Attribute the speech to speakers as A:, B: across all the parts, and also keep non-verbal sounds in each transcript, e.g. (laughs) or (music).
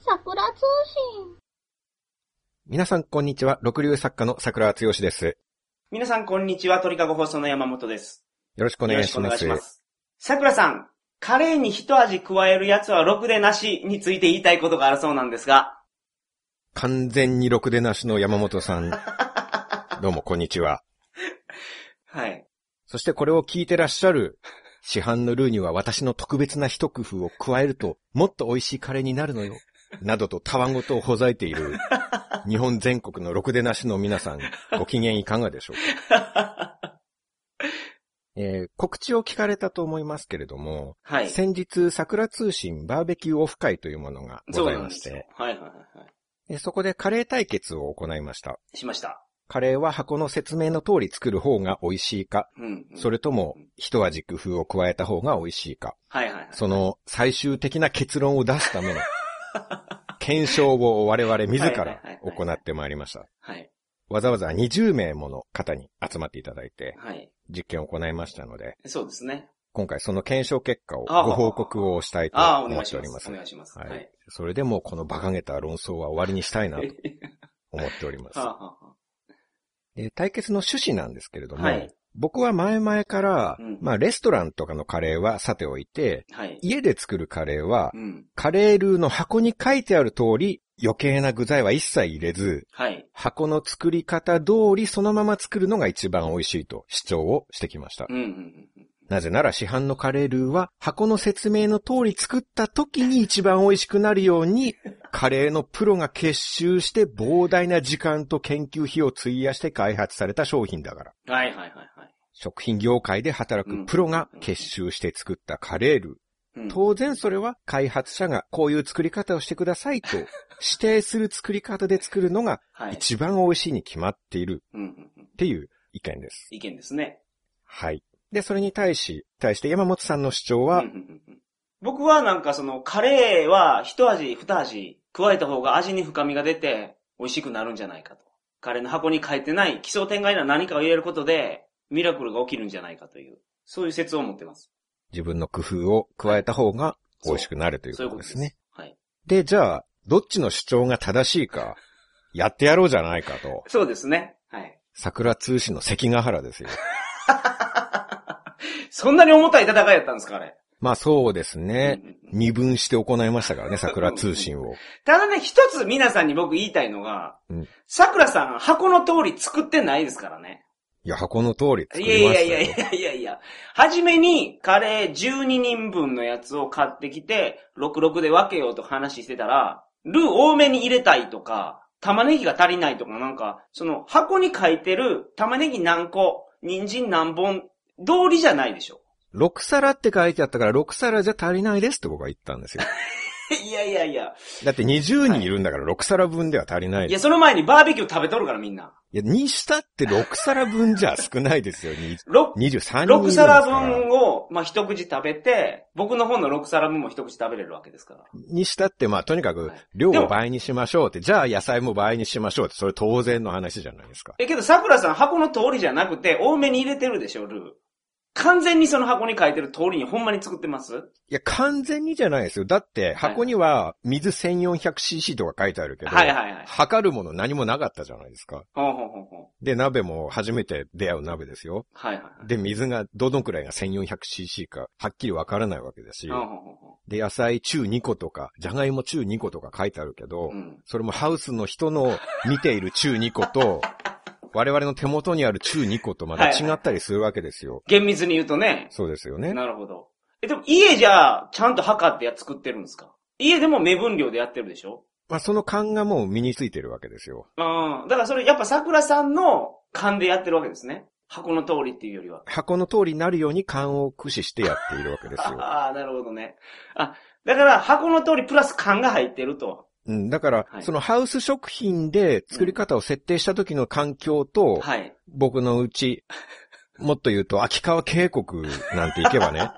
A: 通信。
B: 皆さん、こんにちは。六流作家の桜剛です。
C: 皆さん、こんにちは。鳥かご放送の山本です。
B: よろしくお願いします。
C: す。桜さん、カレーに一味加えるやつはろくでなしについて言いたいことがあるそうなんですが、
B: 完全にろくでなしの山本さ (laughs) ん。どうも、こんにちは。
C: はい。 (laughs)
B: そしてこれを聞いてらっしゃる市販のルーには私の特別な一工夫を加えると、もっと美味しいカレーになるのよ。などとたわごとをほざいてい (laughs) る、日本全国のろくでなしの皆さん、ご機嫌いかがで (laughs) しょうかえー告知を聞かれたと思いますけれども、
C: はい。
B: 先日桜通信バーベキューオフ会というものがございまし
C: そうなん
B: て
C: ですよはいはいはいは
B: でそこでカレー対決を行いました。
C: い。しました。
B: カレーは箱の説明の通り作る方が美味しいか、
C: うん、うん。
B: それとも一味工夫を加えた方が美味しいか、
C: はいはいはい。
B: その最終的な結論を出すた
C: (laughs)
B: めの検証を我々自ら行ってまいりました。
C: はい。
B: わざわざ20名もの方に集まっていただいて
C: はい。
B: 実験を行いましたので、
C: そうですね。
B: 今回その検証結果をご報告をしたいと
C: ああ、お
B: 思
C: 願い
B: っ
C: して
B: おり
C: ま。
B: ますす
C: お。願いします。は。
B: はいい。それでもうこの馬鹿げた論争は終わりにしたいなと思っております
C: (laughs) はあ。はあは
B: で対決の趣旨なんですけれども、
C: はい
B: 僕は前々から、
C: うん
B: まあレストランとかのカレーはさておいて、
C: あはい。
B: 家で作るカレーは、
C: うん。
B: カレールーの箱に書いてある通り、余計な具材は一切入れず、
C: はい。
B: 箱の作り方通りそのまま作るのが一番美味しいと主張をしてきました
C: う。んうんうんうん。
B: なぜなら市販のカレールーは箱の説明の通り作った時に一番美味しくなるよう
C: (laughs)
B: に、カレーのプロが結集して膨大な時間と研究費を費やして開発された商品だから。
C: はいはいはいはい。
B: 食品業界で働くプロが結集して作ったカレールー。
C: うん
B: 当然それは開発者がこういう作り方をしてくださいと (laughs) 指定する作り方で作るのが
C: はい。
B: 一番美味しいに決まっている
C: うんうんうん。
B: っていう意見です。
C: 意見ですね。
B: はい。で、それに対し、対して山本さんの主張
C: う
B: は
C: んう、んうんうん僕はなんかそのカレーは一味二味加えた方が味に深みが出て美味しくなるんじゃないかと。カレーの箱に書いてない奇想天外な何かを入れることでミラクルが起きるんじゃないかという、そういう説を持ってます。
B: 自分の工夫を加えた方が美味しくなるという
C: そういう
B: こ
C: ことと
B: で
C: です
B: ね
C: すね。。はい。
B: で、じゃあ、どっちの主張が正しいか、やってやろうじゃないかと、
C: そうですね。はい。 (laughs)
B: 桜通信の関ヶ原ですよ。
C: そんなに重たい戦いやったんですか、あれ。
B: まあそうですね
C: う。んうんうん
B: 二分して行いましたからね、桜通信
C: (laughs)
B: を。
C: ただね、一つ皆さんに僕言いたいのが
B: うん、
C: 桜さん箱の通り作ってないですからね。
B: いや、箱の通り作りましたよ。
C: いやいやいやいやいやいや。はじめにカレー12人分のやつを買ってきて、66で分けようと話してたら、ルー多めに入れたいとか、玉ねぎが足りないとか、なんか、その箱に書いてる玉ねぎ何個、人参何本、通りじゃないでしょ。
B: 6皿って書いてあったから、6皿じゃ足りないですって僕は言ったん
C: (laughs)
B: ですよ。
C: いやいやいや。
B: だって20人いるんだから、6皿分では足りない
C: いや、
B: です。
C: その前にバーベキュー食べとるからみんな。
B: いや、にしたって6皿分じゃ少ないですよ。に23
C: 6、
B: 人いるんですから。
C: 6皿分を、まあ、一口食べて、僕の方の6皿分も一口食べれるわけですから。
B: にしたって、まあ、とにかく、量を倍にしましょうって、じゃあ野菜も倍にしましょうって、それ当然の話じゃないですか。
C: え、けど桜さん箱の通りじゃなくて、多めに入れてるでしょ、ルー。完全にその箱に書いてる通りにほんまに作ってます
B: いや、完全にじゃないですよ。だって、箱には水 1400cc とか書いてあるけど、
C: はいはいはい。
B: 測るもの何もなかったじゃないですか。
C: ほうほうほうほう。
B: で、鍋も初めて出会う鍋ですよ。
C: はいはいはい。
B: で、水がどのくらいが 1400cc か、はっきりわからないわけだし
C: ほ、うほうほうほ
B: で、野菜中2個とか、じゃがいも中2個とか書いてあるけど
C: う。う、ん。
B: それもハウスの人の見ている中2個と、
C: (laughs)
B: 我々の手元にある中2個とまた違ったりするわけですよ。
C: 厳密に言うとね。
B: そうですよね。
C: なるほど。え、でも家じゃ、ちゃんと測ってや作ってるんですか家でも目分量でやってるでしょ
B: まあ、その勘がもう身についてるわけですよ。
C: うん。だからそれやっぱ桜さんの勘でやってるわけですね。箱の通りっていうよりは。
B: 箱の通りになるように勘を駆使してやっているわけです
C: (laughs)
B: よ。
C: ああ、なるほどね。あ、だから箱の通りプラス勘が入ってると。
B: うん、だから、
C: はい
B: そのハウス食品で作り方を設定した時の環境と、
C: はい。
B: 僕のうち、もっと言うと、秋川渓谷なんて行けば
C: (laughs)
B: ね、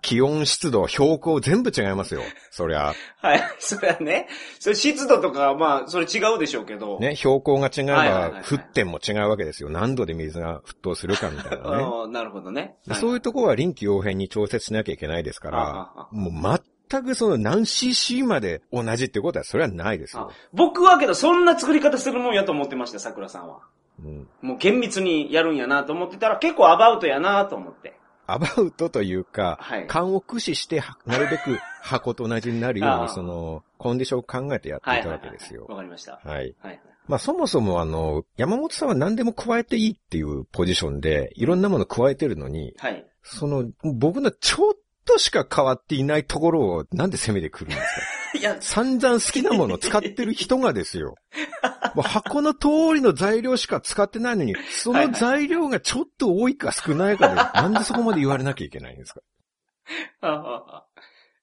B: 気温、湿度、標高、全部違いますよ。そりゃ、
C: はい、 (laughs) それはね、それ湿度とか、まあ、それ違うでしょうけど。。
B: ね、標高が違え
C: はいはいはいは
B: ば
C: い、
B: 沸点も違うわけですよ。何度で水が沸騰するかみたいな
C: (laughs)
B: ね。
C: ああ、なるほどね。
B: そういう
C: と
B: ところは臨機応変に調節しなきゃいけないですから、もう全くその何 cc まで同じってことはそれはないですよ。
C: 僕はけど、そんな作り方するもんやと思ってました、桜さんは。
B: うん。
C: もう厳密にやるんやなと思ってたら、結構アバウトやなと思って。
B: アバウトというか、
C: はい
B: 勘を駆使しては、なるべく箱と同じになるよう
C: ああ
B: に、その、コンディションを考えてやって
C: はいい
B: た
C: はい、
B: わ
C: は
B: け
C: い
B: です。よ。
C: わかりました。は
B: はい。
C: いはい。
B: まあそもそもあの、山本さんは何でも加えていいっていうポジションで、いろんなもの加えてるのに、
C: はい。
B: その、僕のちょっとしか変わっていないところをなんで攻めてくるん (laughs) ですか
C: いや、
B: 散々好きなものを使ってる人がですよ。もう箱の通りの材料しか使ってないのに、その材料がちょっと多いか少ない (laughs) かで、なんでそこまで言われなきゃいけないんですか
C: は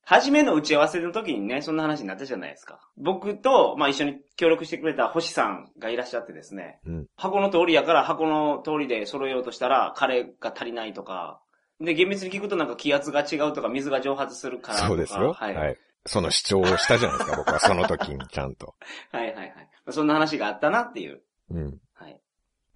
C: 初めの打ち合わせの時にね、そんな話になったじゃないですか。僕と、まあ、一緒に協力してくれた星さんがいらっしゃってですね、
B: うん
C: 箱の通りやから箱の通りで揃えようとしたら、カレーが足りないとか、で、厳密に聞くとなんか気圧が違うとか、水が蒸発するからとか。
B: そうですよ。は。
C: はいい。はい
B: その主張をしたじゃないですか、僕はその時にちゃんと。
C: はいはい。まあそんな話があったなっていう。
B: うん。
C: はい。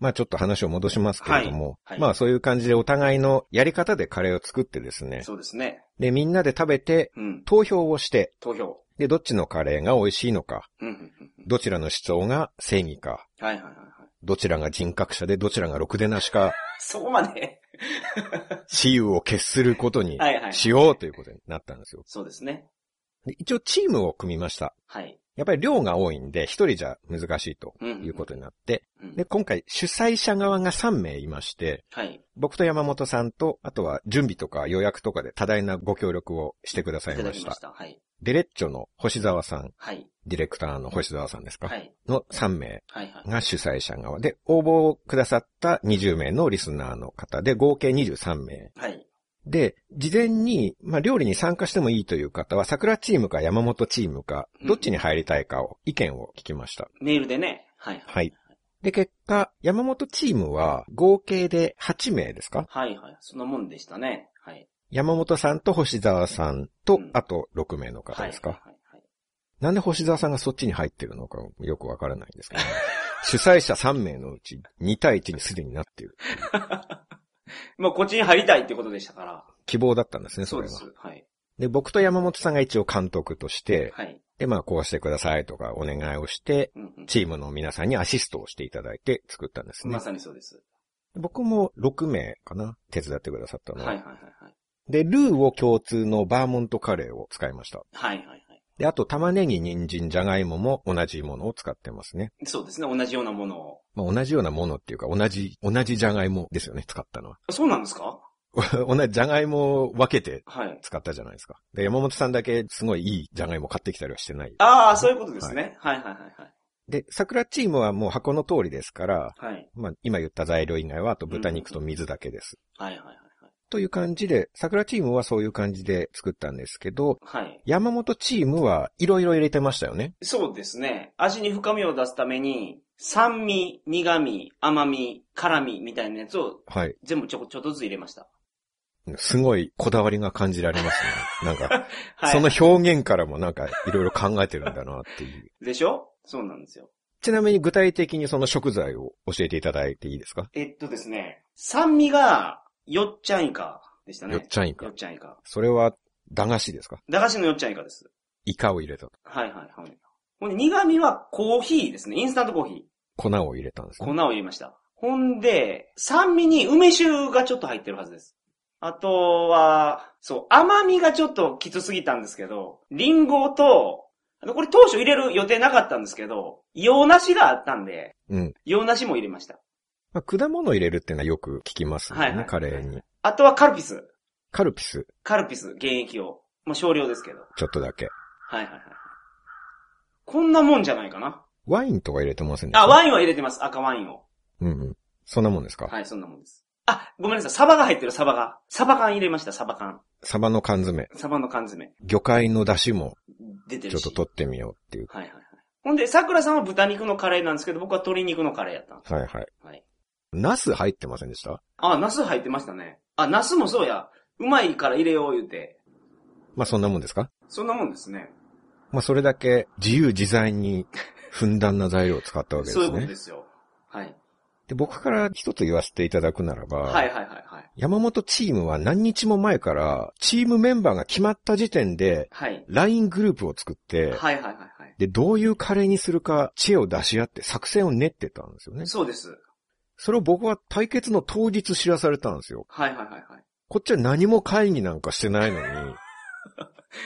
B: まあちょっと話を戻しますけれども、
C: はいはい
B: まあそういう感じでお互いのやり方でカレーを作ってですね、
C: そうですね。
B: で、みんなで食べて、
C: うん。
B: 投票をして、
C: 投票。
B: で、どっちのカレーが美味しいのか、
C: うんうんうんうん。
B: どちらの主張が正義か、
C: はいはいはいはい。
B: どちらが人格者でどちらがろくでなしか、
C: そこまで。
B: 私有を決することに
C: はいはい。
B: しようということになったんですよ。
C: そうですね。
B: で一応チームを組みました。
C: はい。
B: やっぱり量が多いんで、一人じゃ難しいと
C: うん
B: いうことになって、
C: うん
B: で、今回主催者側が3名いまして、
C: はい。
B: 僕と山本さんと、あとは準備とか予約とかで多大なご協力をしてくださ
C: い
B: い
C: ただ
B: ま
C: き
B: し
C: ま
B: た
C: し。た。はい。
B: デレッチョの星沢さん、
C: はい。
B: ディレクターの星沢さんですか、
C: はい。
B: の3名
C: はいはい。
B: が主催者側で、応募をくださった20名のリスナーの方で、合計23名。
C: はい。
B: で、事前に、まあ、料理に参加してもいいという方は、桜チームか山本チームか、どっちに入りたいかを、意見を聞きました。
C: メールでね。はい。
B: はい。で、結果、山本チームは、合計で8名ですか
C: はいはい。そのもんでしたね。はい。
B: 山本さんと星沢さんと
C: うん、
B: あと6名の方
C: はい。
B: ですか、
C: はいはい。
B: なんで星沢さんがそっちに入ってるのかよくわからないんですけど、ね、 (laughs) 主催者3名のうち2対1にすでになっている。
C: (laughs) まあ、こっちに入りたいってことでしたから。
B: 希望だったんですね、そ
C: そ
B: うれ
C: で
B: は。
C: す。はい。
B: で、僕と山本さんが一応監督として、
C: はい。
B: で、まあ、こうしてくださいとかお願いをして、
C: うんうん
B: チームの皆さんにアシストをしていただいて作ったんですね
C: ま。さにそうです。
B: 僕も6名かな手伝ってくださった
C: は
B: の
C: い
B: は。
C: はいはいはい。
B: で、ルーを共通のバーモントカレーを使いました。
C: はいはいはい。
B: で、あと玉ねぎ、人参、じゃがいもも同じものを使ってますね。
C: そうですね。同じようなものを。
B: まあ、同じようなものっていうか、同じ、同じじゃがいもですよね、使ったのは。 (laughs)
C: そうなんですか
B: 同じじゃがいもを分けて
C: はい。
B: 使ったじゃないですか。で、山本さんだけすごいいいじゃがいも買ってきたりはしてない。
C: ああ、そういうことですね。はいはいはい
B: で、桜チームはもう箱の通りですから、
C: はい。はい。
B: まあ、今言った材料以外は、あと豚肉と水だけです。
C: はいはいはい
B: という感じで、桜チームはそういう感じで作ったんですけど、
C: はい。はい。
B: 山本チームはいろいろ入れてましたよね。
C: そうですね。味に深みを出すために、酸味、苦味、甘み、辛味みたいなやつを
B: はい。
C: 全部ちょこちょっとずつ入れました。
B: すごいこだわりが感じられますね。なんか、
C: はい。
B: その表現からもなんかいろいろ考えてるんだなっていう。
C: でしょそうなんですよ。
B: (laughs) ちなみに具体的にその食材を教えていただいていいですか、
C: えっとですね、酸味が、よっちゃんいかでしたね。
B: よっちゃんイ
C: よ
B: カ
C: っ。ちゃんいか。
B: それは、駄菓子ですか
C: 駄菓子のよっちゃんいかです。
B: イカを入れたと。
C: はいはいはい。ほんで、苦味はコーヒーですね。インスタントコーヒー。
B: 粉を入れたんです
C: 粉を
B: ね。
C: 入れました。ほんで、酸味に梅酒がちょっと入ってるはずです。あとは、そう、甘みがちょっときつすぎたんですけど、リンゴと、あの、これ当初入れる予定なかったんですけど、洋梨があったんで、
B: うん。
C: 洋梨も入れました。
B: まあ、果物を入れるっていうのはよく聞きますよね、
C: はいはい
B: カレーに。
C: あとはカルピス。
B: カルピス、
C: カルピス、原液を。まあ、少量ですけど。
B: ちょっとだけ。
C: はいはいはい。こんなもんじゃないかな。
B: ワインとか入れてませんでした
C: あ、ワインは入れてます。赤ワインを。
B: うんうん。そんなもんですか、
C: はい、そんなもんです。あ、ごめんなさい。サバが入ってる、サバが。サバ缶入れました、サバ缶。
B: サバの缶詰、
C: サバの缶詰。
B: 魚介の出汁も
C: 出て
B: ち
C: る
B: ょっ
C: し。
B: と取ってみようっていう。
C: はいはいはい。ほんで、桜さんは豚肉のカレーなんですけど、僕は鶏肉のカレーやったんです。
B: はいはい。
C: はい。
B: ナス入ってませんでした
C: あ、ナス入ってましたね。あ、ナスもそうや。うまいから入れよう言うて。
B: まあそんなもんですか
C: そんなもんですね。
B: まあそれだけ自由自在にふんだんな材料を使ったわけです
C: そう
B: ね。
C: いうことですよ。はい。
B: で、僕から一つ言わせていただくならば、
C: はいはいはいはい。
B: 山本チームは何日も前から、チームメンバーが決まった時点で、
C: はい。
B: LINE グループを作って、
C: はいはいはいはい。
B: で、どういうカレーにするか、知恵を出し合って作戦を練ってたんですよね。
C: そうです。
B: それを僕は対決の当日知らされたんですよ。
C: はいはいはいはい。
B: こっちは何も会議なんかしてないの
C: (laughs)
B: に、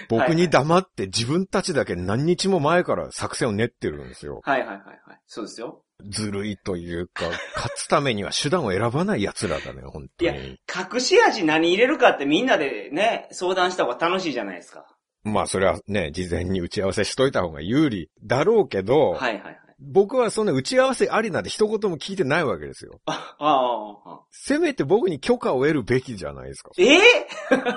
B: 僕に黙って自分たちだけ何日も前から作戦を練ってるんですよ。
C: はいはいはいはい。そうですよ。
B: ずるいという
C: (laughs)
B: か、勝つためには手段を選ばない奴らだね、本当に。
C: 隠し味何入れるかってみんなでね、相談した方が楽しいじゃないですか。
B: まあそれはね、事前に打ち合わせしといた方が有利だろうけど、
C: はいはいはい。
B: 僕はその打ち合わせありなんて一言も聞いてないわけですよ。
C: ああああ、ああ。
B: せめて僕に許可を得るべきじゃないですか。
C: ええ (laughs)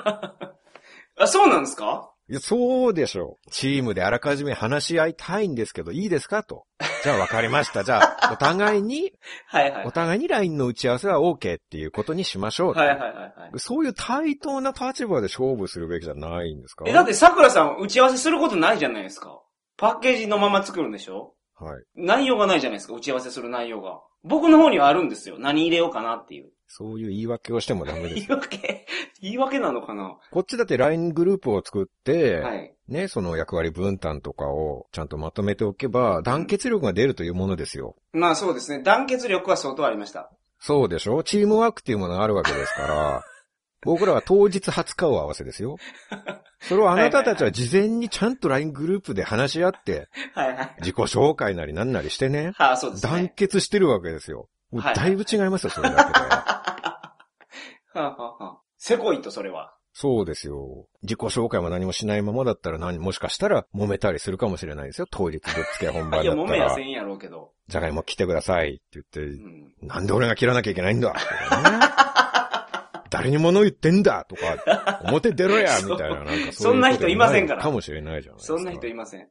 C: あ、そうなんですか
B: いや、そうでしょう。チームであらかじめ話し合いたいんですけど、いいですかと。じゃあ分かりました。じゃ
C: (laughs)
B: あ、お互いに、
C: はいはい。
B: お
C: は
B: 互いに LINE の打ち合わせは OK っていうことにしましょう。
C: いはいはいはい。
B: そういう対等な立場で勝負するべきじゃないんですか
C: え、だって桜さん打ち合わせすることないじゃないですか。パッケージのまま作るんでしょ
B: はい。
C: 内容がないじゃないですか、打ち合わせする内容が。僕の方にはあるんですよ。何入れようかなっていう。
B: そういう言い訳をしてもダメで
C: 言い
B: す。
C: 訳、言い訳なのかな、
B: こっちだって LINE グループを作って、
C: はい。
B: ね、その役割分担とかをちゃんとまとめておけば、団結力が出るというものですよ。
C: まあそうですね。団結力は相当ありました。
B: そうでしょチームワークっていうものがあるわけです
C: (laughs)
B: から、僕らは当日初顔合わせですよ。それをあなたたちは事前にちゃんと LINE グループで話し合
C: (laughs)
B: って、
C: はいはい。
B: 自己紹介なりなんなりしてね、
C: はあ、そうですね。
B: 団結してるわけですよ。もう
C: はい
B: だいぶ違いますよ、それだけで。
C: はあ、はあはあ、せこいと、それは。
B: そうですよ。自己紹介も何もしないままだったら何、もしかしたら揉めたりするかもしれないですよ。当日ぶっつけ本
C: (laughs)
B: 番
C: い
B: だ
C: や、
B: っ
C: 揉
B: た
C: めや
B: ら
C: せ、んやろうけど。
B: じゃがいも来てくださいって言っ
C: う
B: て、
C: ん。
B: なんで俺が切らなきゃいけないんだ、とかね誰に物言ってんだとか、表出ろや
C: (laughs) そう
B: みたいな、なんかそういうこと
C: そんな人いませんから
B: かもしれないじゃないですか。
C: そんな人いません。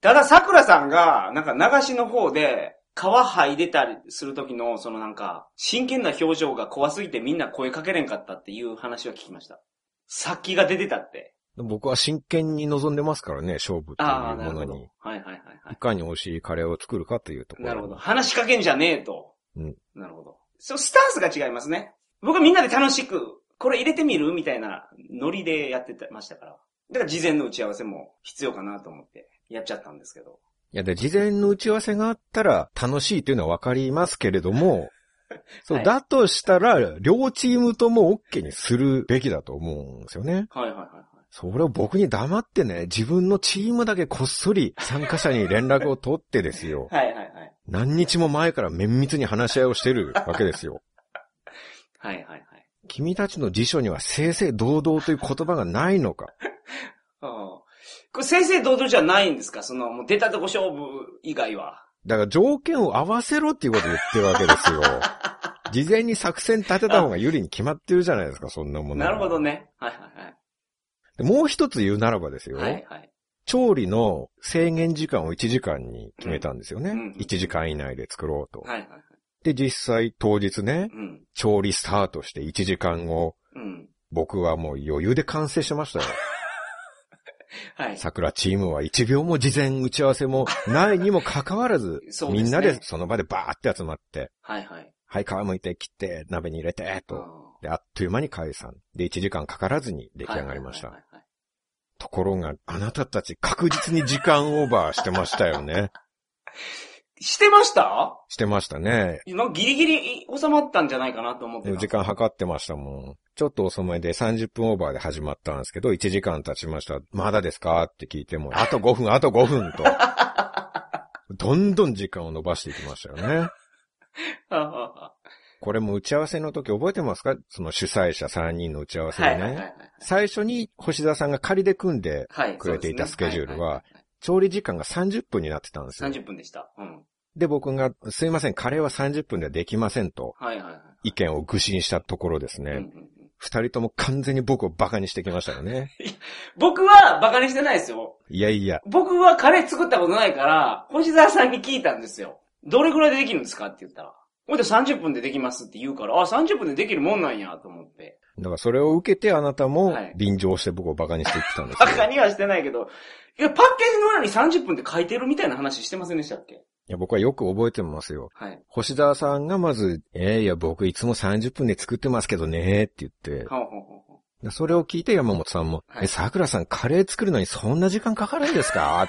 C: ただ、桜さんが、なんか流しの方で、皮剥いでたりする時の、そのなんか、真剣な表情が怖すぎてみんな声かけれんかったっていう話は聞きました。殺気が出てたって。
B: 僕は真剣に望んでますからね、勝負って
C: ああ、
B: いう
C: なる
B: もの
C: ほ
B: に
C: ど。。はいはいはいはい
B: い。かに美味しいカレーを作るかというところ。
C: なるほど。話しかけんじゃねえと。
B: うん
C: なるほど。そう、スタンスが違いますね。僕はみんなで楽しく、これ入れてみるみたいなノリでやってましたから。だから事前の打ち合わせも必要かなと思ってやっちゃったんですけど。
B: いや、で、事前の打ち合わせがあったら楽しいというのはわかりますけれど
C: (laughs)
B: も、そう、
C: はい
B: だとしたら、両チームとも OK にするべきだと思うんですよね。
C: はいはいはいはい。。
B: それを僕に黙ってね、自分のチームだけこっそり参加者に連絡を取ってですよ
C: (laughs) はいはいはい。
B: 何日も前から綿密に話し合いをしてるわけですよ。
C: はいはいはい。
B: 君たちの辞書には正々堂々という言葉がないのか。
C: ああ。これ正々堂々じゃないんですかその、もう出たとこ勝負以外は。
B: だから条件を合わせろっていうことを言ってるわけですよ。
C: (laughs)
B: 事前に作戦立てた方が有利に決まってるじゃないですか、そんなもの。
C: なるほど。ね。はいは
B: もう一つ言うならばですよ。
C: いはい。はいはい。
B: 調理の制限時間を1時間に決めたんですよね。
C: うんうん
B: 1時間以内で作ろうと。
C: はいはいはい。
B: で、実際当日ね、
C: うん。
B: 調理スタートして1時間後、
C: うん。
B: 僕はもう余裕で完成してま
C: (laughs)
B: したよ。
C: はい。、
B: 桜チームは1秒も事前打ち合わせもないにもかかわらず
C: (laughs) そうですね
B: みんなでその場でバーって集まって、
C: はいはい。
B: はい、皮むいて切って、鍋に入れて、
C: あ
B: と。で、あっという間に解散。で、1時間かからずに出来上がりまし
C: はい
B: た。
C: はいはいはい
B: ところが、あなたたち確実に時間オーバーしてましたよね。 (laughs)
C: してました
B: してましたね。
C: なんかギリギリ収まったんじゃないかなと思ってた。
B: 時間計ってましたもん。ちょっと遅めで30分オーバーで始まったんですけど、1時間経ちました。まだですかって聞いても、あと5分、あと5分
C: (laughs)
B: と。どんどん時間を延ばしていきましたよね。
C: は (laughs) あはあは
B: これも打ち合わせの時覚えてますかその主催者3人の打ち合わせ
C: あ
B: で
C: は
B: ね。
C: いはいはいはい。
B: 最初に星田さんが仮で組んで、
C: はい。
B: くれていた
C: そうで
B: スケ
C: すね
B: ジュール
C: い
B: はい
C: い
B: 調理時間が30分になってたんですよ。
C: 30分でした。うん。
B: で、僕が、すいません、カレーは30分ではできませんと、
C: はいはいはい。
B: 意見を愚信したところですね。
C: うんうんうん
B: 二人とも完全に僕をバカにしてきましたよ
C: (laughs)
B: ね。
C: 僕は馬鹿にしてないですよ。
B: いやいや、
C: 僕はカレー作ったことないから、星沢さんに聞いたんですよ。どれくらいでできるんですかって言ったら。ほいで30分でできますって言うから、あ、30分でできるもんなんやと思って。
B: だからそれを受けてあなたも
C: はい
B: 便乗して僕をバカにしていってたんです
C: (laughs) バ
B: よ。
C: カにはしてないけど、いや、パッケージの裏に30分って書いてるみたいな話してませんでしたっけ
B: いや、僕はよく覚えてますよ。
C: はい。
B: 星沢さんがまず、えーいや、僕いつも30分で作ってますけどね、って言って、
C: ほうほうほうほ
B: でそれを聞いて山本さんも、
C: はい
B: え、桜さんカレー作るのにそんな時間かかるんですか
C: う。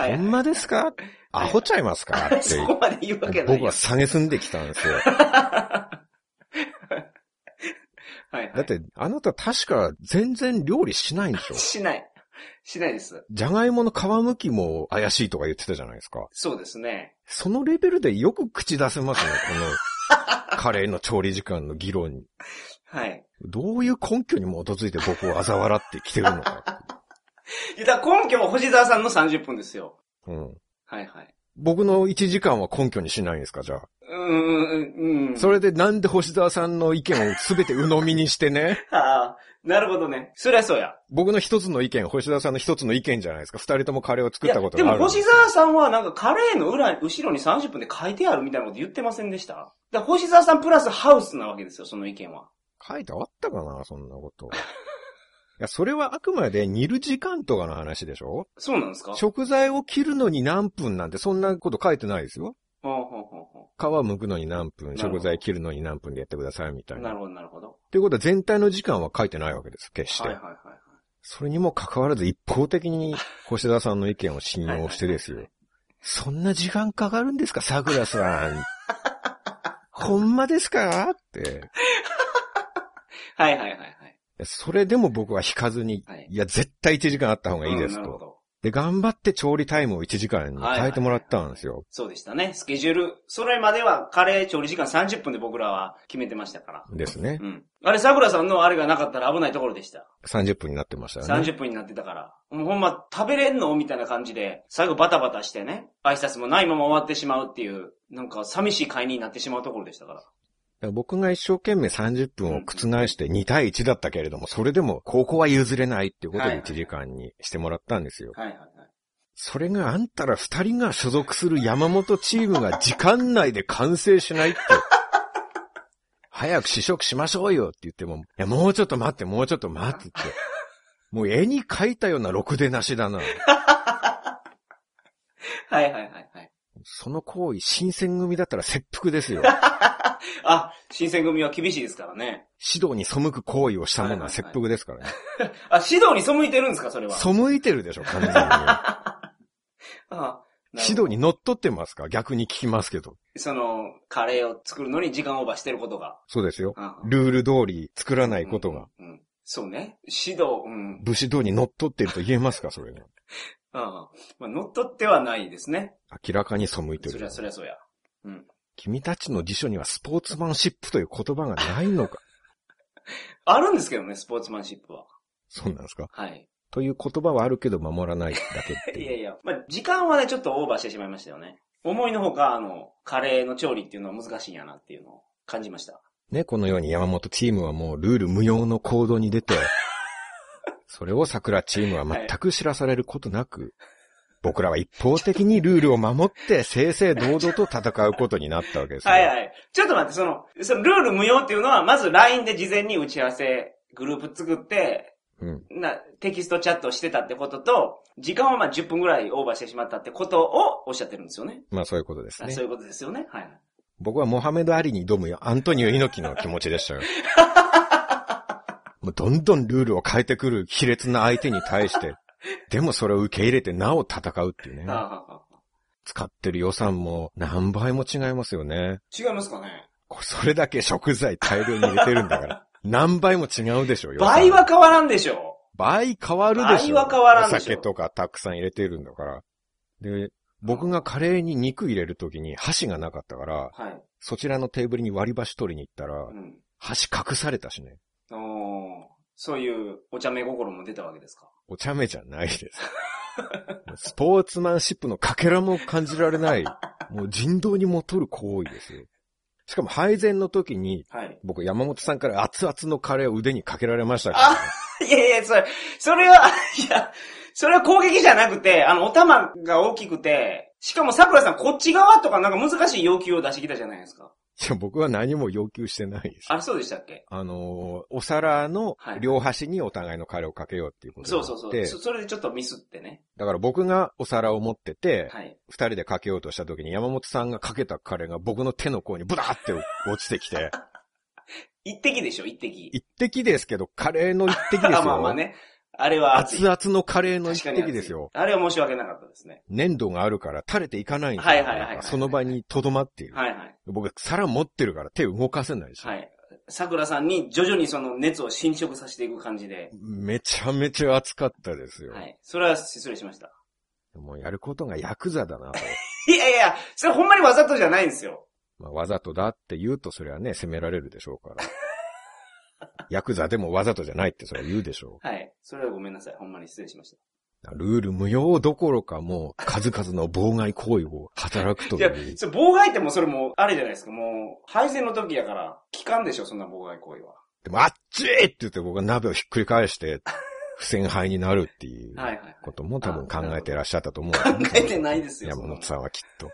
C: はい
B: ほんまですかアホちゃいますかっ
C: はい。 (laughs) そこまで言うわけ
B: て。
C: ない
B: 僕
C: よ。
B: は下げすんできたんですよ。
C: はいはい。
B: だって、あなた確か全然料理しないんで
C: (laughs)
B: しょ
C: しない。しないです。
B: じゃがいもの皮むきも怪しいとか言ってたじゃないですか。
C: そうですね。
B: そのレベルでよく口出せますね、こ
C: (laughs)
B: のカレーの調理時間の議論に。
C: はい。
B: どういう根拠に基づいて僕を嘲笑ってきてるの
C: (laughs)
B: か。
C: いや、だから根拠は星沢さんの30分ですよ。
B: うん、
C: はいはい。
B: 僕の1時間は根拠にしないんですか、じゃあ。
C: うーん、うん、うん。
B: それでなんで星沢さんの意見を全て鵜呑みにしてね、
C: ああ、なるほどね。そりゃそうや。
B: 僕の一つの意見、星沢さんの一つの意見じゃないですか。二人ともカレーを
C: い
B: 作っ
C: や、
B: たこと
C: で
B: があ
C: も
B: るんです
C: 星沢さんはなんかカレーの裏、後ろに30分で書いてあるみたいなこと言ってませんでしただから星沢さんプラスハウスなわけですよ、その意見は。
B: 書いてあったかな、そんなこと。いや、それはあくまで煮る時間とかの話でしょ
C: そうなんですか
B: 食材を切るのに何分なんてそんなこと書いてないですよ。
C: ほうほうほうほ
B: 皮剥くのに何分、
C: なるほど
B: 食材切るのに何分でやってくださいみた
C: う
B: い
C: な
B: な。っ
C: るほど、なるほど。
B: てことは全体の時間は書いてないわけです、決して。
C: はいはいはいはい。
B: それにも関わらず一方的に星田さんの意見を信用してです
C: は
B: よ。そんな時間かかるんですか、桜さ
C: (laughs)
B: ん。ほんまですかって。
C: はいはいはいはい。
B: それでも僕は引かずに、
C: はい
B: いや、絶対1時間あった方がいいで
C: う
B: す
C: んなるほ
B: と。
C: ど。
B: で、頑張って調理タイムを1時間に変えてもらったんですよ。
C: そうでしたね。スケジュール。それまではカレー調理時間30分で僕らは決めてましたから。
B: ですね
C: う。ん。あれ、桜さんのあれがなかったら危ないところでした。
B: 30分になってましたよね。
C: 30分になってたから。もうほんま、食べれんのみたいな感じで、最後バタバタしてね、挨拶もないまま終わってしまうっていう、なんか寂しい会になってしまうところでしたから。
B: 僕が一生懸命30分を覆して2対1だったけれども、それでも高校は譲れないっていうこと
C: はい
B: で1時間にしてもらったんですよ。
C: はいはいはい。
B: それがあんたら2人が所属する山本チームが時間内で完成しないって。 (laughs) 早く試食しましょうよって言っても、いや、もうちょっと待って、もうちょっと待ってって。もう絵に描いたようなろくでなしだな。
C: はいはいはいはい。
B: その行為、新選組だったら切腹ですよ。
C: あ、新選組は厳しいですからね。
B: 指導に背く行為をしたものは切腹ですからね。
C: あ、指導に背いてるんですかそれは。
B: 背いてるでしょ、完全に。
C: あなるほ
B: 指
C: ど
B: 導に乗っ取ってますか逆に聞きますけど。
C: その、カレーを作るのに時間オーバーしてることが。
B: そうですよ。
C: あ
B: ルール通り作らないことが、。
C: うんうんそうね。指導、うん。
B: 武士道に乗っ取ってると言えますかそれに。
C: ああまあ、乗っ取ってはないですね。
B: 明らかに背いて
C: そり
B: る
C: ゃ。そりゃそうや。うん。
B: 君たちの辞書にはスポーツマンシップという言葉がないの
C: (laughs)
B: か
C: あるんですけどね、スポーツマンシップは。
B: そうなんですか
C: はい。
B: という言葉はあるけど守らないだけって
C: い
B: い
C: や
B: う。
C: いや、まあ、時間はね、ちょっとオーバーしてしまいましたよね。思いのほか、あの、カレーの調理っていうのは難しいんやなっていうのを感じました。
B: ね、このように山本チームはもうルール無用の行動に
C: (laughs)
B: 出て、それを桜チームは全く知らされることなく、僕らは一方的にルールを守って正々堂々と戦うことになったわけですよ。
C: はいはい。ちょっと待って、その、そのルール無用っていうのは、まず LINE で事前に打ち合わせ、グループ作って、
B: うん。
C: な、テキストチャットしてたってことと、時間はまあ10分ぐらいオーバーしてしまったってことをおっしゃってるんですよね。
B: まあそういうことです
C: あ
B: ね
C: そう。いうことですよね。はいはい。
B: 僕はモハメド・アリに挑むよアントニオ猪木の気持ちで
C: (laughs)
B: したよ。もうどんどんルールを変えてくる卑劣な相手に対して、でもそれを受け入れてなお戦うっていうね
C: あ。あああああ
B: 使ってる予算も何倍も違いますよね。
C: 違いますかね
B: これそれだけ食材大量に入れてるんだから。何倍も違うでしょ、予算
C: 倍は変わらんでしょ
B: 倍変わるでしょ。
C: 倍は変わらんでしょ
B: お酒とかたくさん入れてるんだから。で、僕がカレーに肉入れるときに箸がなかったから、
C: はい。
B: そちらのテーブルに割り箸取りに行ったら
C: う、ん。
B: 箸隠されたしね。
C: おーそういうお茶目心も出たわけですか
B: お茶目じゃないです。スポーツマンシップのかけらも感じられない、もう人道にもとる行為ですよ。しかも配膳の時に、
C: はい。
B: 僕山本さんから熱々のカレーを腕にかけられましたから、
C: あ (laughs) いやいや、それ、それは、 (laughs) いや、それは攻撃じゃなくて、あの、お玉が大きくて、しかも桜さんこっち側とかなんか難しい要求を出してきたじゃないですか。
B: いや、僕は何も要求してないです。
C: あ、そうでしたっけ
B: あのー、お皿の両端にお互いのカレーをかけようっていうこと
C: そ
B: で。
C: うそうそう。そそれでちょっとミスってね。
B: だから僕がお皿を持ってて、
C: はい。
B: 二人でかけようとした時に山本さんがかけたカレーが僕の手の甲にブダーって落ちてきて、
C: 一滴でしょ、一滴。
B: 一滴ですけど、カレーの一滴ですよ。
C: あ (laughs) まあまあね。あれは熱い
B: 熱。々のカレーの
C: 確
B: 一
C: かに
B: 滴ですよ。
C: 熱いあれは申し訳なかったですね。
B: 粘土があるから垂れていかないんですよ。
C: はいはいはいはい
B: なんかその場に留まっている。
C: はいはい。
B: 僕、皿持ってるから手動かせないし。
C: はい。桜さんに徐々にその熱を侵食させていく感じで。
B: めちゃめちゃ熱かったですよ。
C: はい。それは失礼しました。
B: もうやることがヤクザだなと。 (laughs)
C: いやいや、それほんまにわざとじゃないんですよ。
B: まあ、わざとだって言うとそれはね、責められるでしょうから。
C: (laughs)
B: ヤクザでもわざとじゃないってそれは言うでしょ
C: はい。それはごめんなさい。ほんまに失礼しまし
B: う。ルール無用どころかもう数々の妨害行為を働くと
C: た。い
B: い
C: や
B: う、。
C: それ妨害ってもうそれもうあれじゃないですか。もう、配膳の時やから、効かんでしょ、そんな妨害行為は。
B: でもあっちいって言って僕は鍋をひっくり返
C: (laughs)
B: して、不戦敗になるっていう
C: はいはい。
B: ことも多分考えてらっしゃったと思う。
C: 考えてないですよ
B: 山本さんはきっと。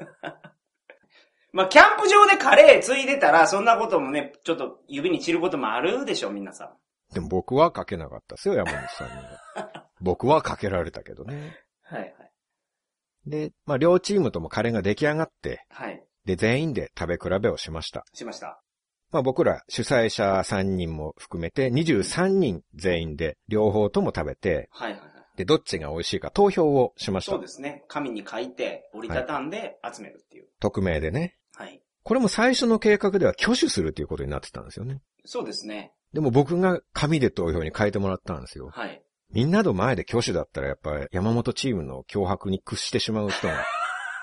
C: まあ、キャンプ場でカレーついでたら、そんなこともね、ちょっと指に散ることもあるでしょ、皆さん。
B: でも僕はかけなかったですよ、山本さんには。
C: (laughs)
B: 僕はかけられたけどね。
C: はいはい。
B: で、まあ両チームともカレーが出来上がって、
C: はい。
B: で、全員で食べ比べをしました。
C: しました。
B: まあ僕ら主催者3人も含めて23人全員で両方とも食べて、
C: はいはいはい。
B: で、どっちが美味しいか投票をしまし
C: そ
B: た
C: う。ですね。紙に書いて、折りたたんで集めるっていう。
B: 匿名でね。
C: はい。
B: これも最初の計画では挙手するということになってたんですよね。
C: そうですね。
B: でも僕が紙で投票に変えてもらったんですよ。
C: はい。
B: みんなの前で挙手だったらやっぱり山本チームの脅迫に屈してしまう人
C: (laughs)
B: が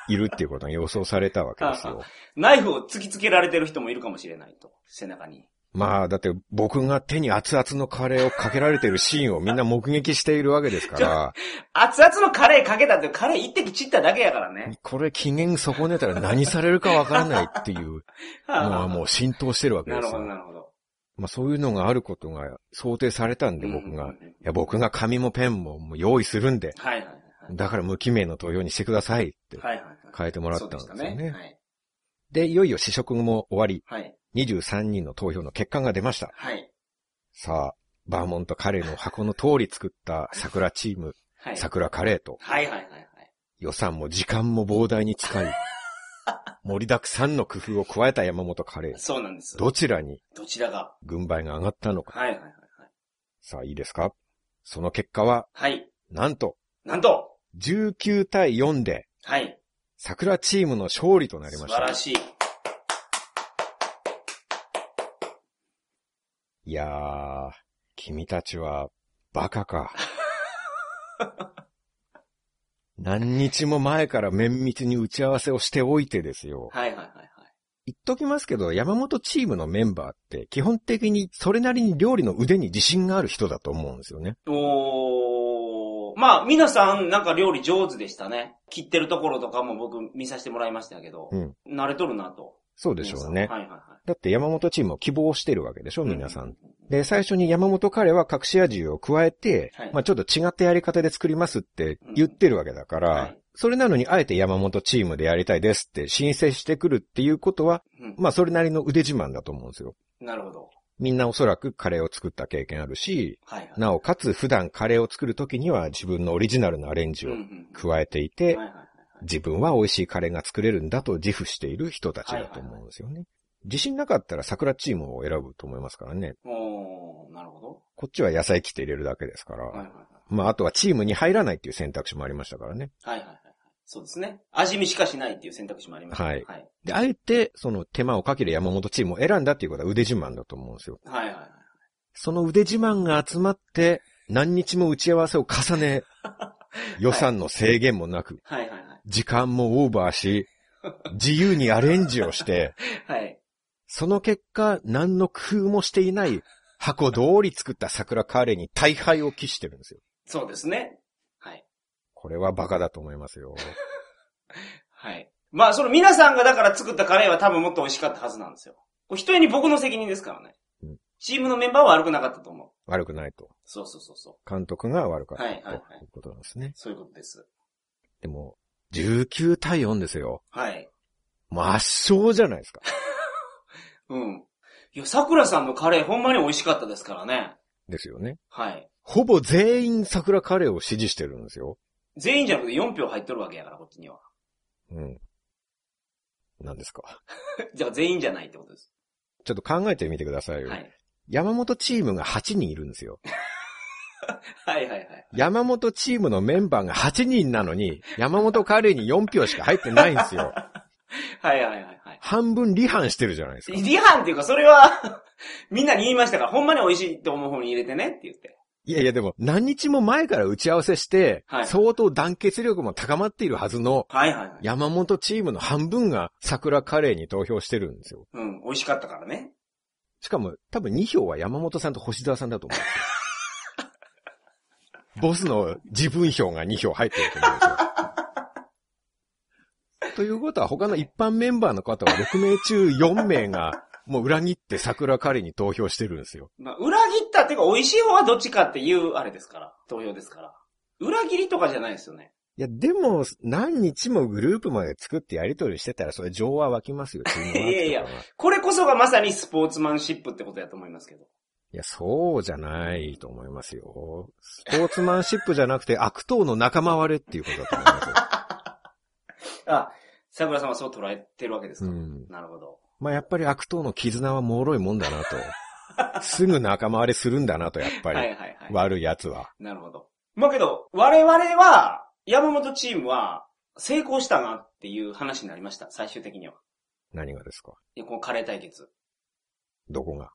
B: いるっていうことが予想されたわけですよ。
C: ナイフを突きつけられてる人もいるかもしれないと。背中に。
B: まあだって僕が手に熱々のカレーをかけられてるシーンをみんな目撃しているわけですから、
C: 熱々のカレーかけたって、カレー一滴散っただけやからね。
B: これ機嫌損ねたら何されるかわからないっていうのは
C: (laughs)
B: もう浸透してるわけ
C: な
B: で
C: る
B: す
C: ほど、
B: よ。
C: なるほど。
B: まあそういうのがあることが想定されたんで僕
C: うん
B: が
C: うん、うん
B: いや僕が紙もペンももう用意するんで、
C: はいはいはい。
B: だから無記名の投票にしてくださいって
C: はいはいはい。
B: 変えてもらったんです
C: そ
B: よ
C: うでした
B: ね。
C: はい。
B: で、いよいよ試食も終わり、
C: はい。
B: 23人の投票の結果が出ました。
C: はい。
B: さあ、バーモントカレーの箱の通り作った桜チーム、
C: はい。
B: 桜カレーと、
C: はいはいはいはい。
B: 予算も時間も膨大に使
C: (laughs)
B: い、盛りだくさんの工夫を加えた山本カレー。
C: そうなんです。
B: どちらに
C: どちらが。
B: 軍配が上がったのか。
C: はいはいはい
B: さあ、いいですかその結果は、
C: はい。はい。
B: なんと、
C: なんと
B: 19対4で、
C: はい。
B: 桜チームの勝利となり
C: 素
B: まし
C: 晴
B: た
C: ら。しい。
B: いやー、君たちは、バカか。何日も前から綿密に打ち合わせをしておいてですよ。
C: はいはいはいはい。
B: 言っときますけど、山本チームのメンバーって、基本的にそれなりに料理の腕に自信がある人だと思うんですよね。
C: おー。まあ、皆さん、なんか料理上手でしたね。切ってるところとかも僕見させてもらいましたけど。
B: うん。
C: 慣れとるなと。
B: そうでしょうね。
C: はいはいは
B: だって山本チームを希望してるわけでしょ、
C: い。
B: 皆さ。。
C: うん
B: で、最初に山本彼は隠し味を加えて、
C: はい
B: まあちょっと違ったやり方で作りますって言ってるわけだから、
C: うんはい
B: それなのにあえて山本チームでやりたいですって申請してくるっていうことは、
C: うん
B: まあそれなりの腕自慢だと思うんですよ。
C: なるほど。
B: みんなおそらくカレーを作った経験あるし、
C: はいはい。
B: なおかつ普段カレーを作るときには自分のオリジナルのアレンジ
C: うん
B: を
C: うん
B: 加えていて、
C: はいはいはい
B: 自分は美味しいカレーが作れるんだと自負している人たちだと思うんですよね。自信なかったら桜チームを選ぶと思いますからね。
C: おー、なるほど。
B: こっちは野菜切って入れるだけですから。
C: はいはいはい。
B: まあ、あとはチームに入らないっていう選択肢もありましたからね。
C: はいはいはい。そうですね。味見しかしないっていう選択肢もありました。
B: はい
C: はい
B: で、あえて、その手間をかける山本チームを選んだっていうことは腕自慢だと思うんですよ。
C: はいはいはい。
B: その腕自慢が集まって、何日も打ち合わせを重
C: (laughs)
B: ね、予算の制限もなく、
C: はいはいはい。
B: 時間もオーバーし、自由にアレンジをして、
C: はい。
B: その結果、何の工夫もしていない箱通り作った桜カレーに大敗を期してるんですよ。
C: そうですね。はい。
B: これはバカだと思いますよ。 (laughs)
C: はい。まあ、その皆さんがだから作ったカレーは多分もっと美味しかったはずなんですよ。これ一重に僕の責任ですからね
B: うん。
C: チームのメンバーは悪くなかったと思う。
B: 悪くないと。
C: そうそうそうそう。
B: 監督が悪かった
C: はいはいはい
B: ということなんですね。
C: そういうことです。
B: でも、19対4ですよ。
C: はい。
B: もう圧勝じゃないですか。
C: うん。いや、桜さんのカレーほんまに美味しかったですからね。
B: ですよね。
C: はい。
B: ほぼ全員桜カレーを支持してるんですよ。
C: 全員じゃなくて4票入っとるわけやから、こっちには。 (laughs)
B: うん。何ですか。
C: じゃあ全員じゃないってことです。
B: ちょっと考えてみてくださいよ。
C: はい。
B: 山本チームが8人いるんですよ。
C: はいはいはい。
B: 山本チームのメンバーが8人なのに、山本カレーに4票しか入ってないんです
C: (laughs)
B: よ。
C: はいはいはいはい。
B: 半分離反してるじゃないですか。
C: リハンっていうか、それは、 (laughs) みんなに言いましたから、ほんまに美味しいと思う方に入れてねって言って。
B: いやいやでも、何日も前から打ち合わせして、
C: はい
B: 相当団結力も高まっているはずの、
C: はいはいはい。
B: 山本チームの半分が桜カレーに投票してるんですよ。
C: うん、美味しかったからね。
B: しかも、多分2票は山本さんと星沢さんだと
C: (laughs)
B: 思うんですよ。ボスの自分票が2票入ってると思うんですよ。ということは、他の一般メンバーの方は6名中4名が、もう裏切って桜カレーに投票してるんですよ。
C: まあ、裏切ったっていうか、美味しい方はどっちかっていう、あれですから。投票ですから。裏切りとかじゃないですよね。
B: いや、でも、何日もグループまで作ってやりとりしてたら、それ情は湧きますよ、チームワークとかは
C: (laughs) いやいやこれこそがまさにスポーツマンシップってことやと思いますけど。
B: いや、そうじゃないと思いますよ。スポーツマンシップじゃなくて、悪党の仲間割れっていうことだと思いますよ。
C: あ、桜さんはそう捉えてるわけです
B: う
C: か。
B: ん。
C: なるほど。
B: まあ、やっぱり悪党の絆は脆いもんだな
C: (laughs)
B: と。すぐ仲間割れするんだなと、やっぱ
C: はい
B: り。
C: はいはい。
B: 悪い奴は。
C: なるほど。まあけど、我々は、山本チームは、成功したなっていう話になりました。最終的には。
B: 何がですか
C: いやこのカレー対決。
B: どこ
C: (laughs)
B: が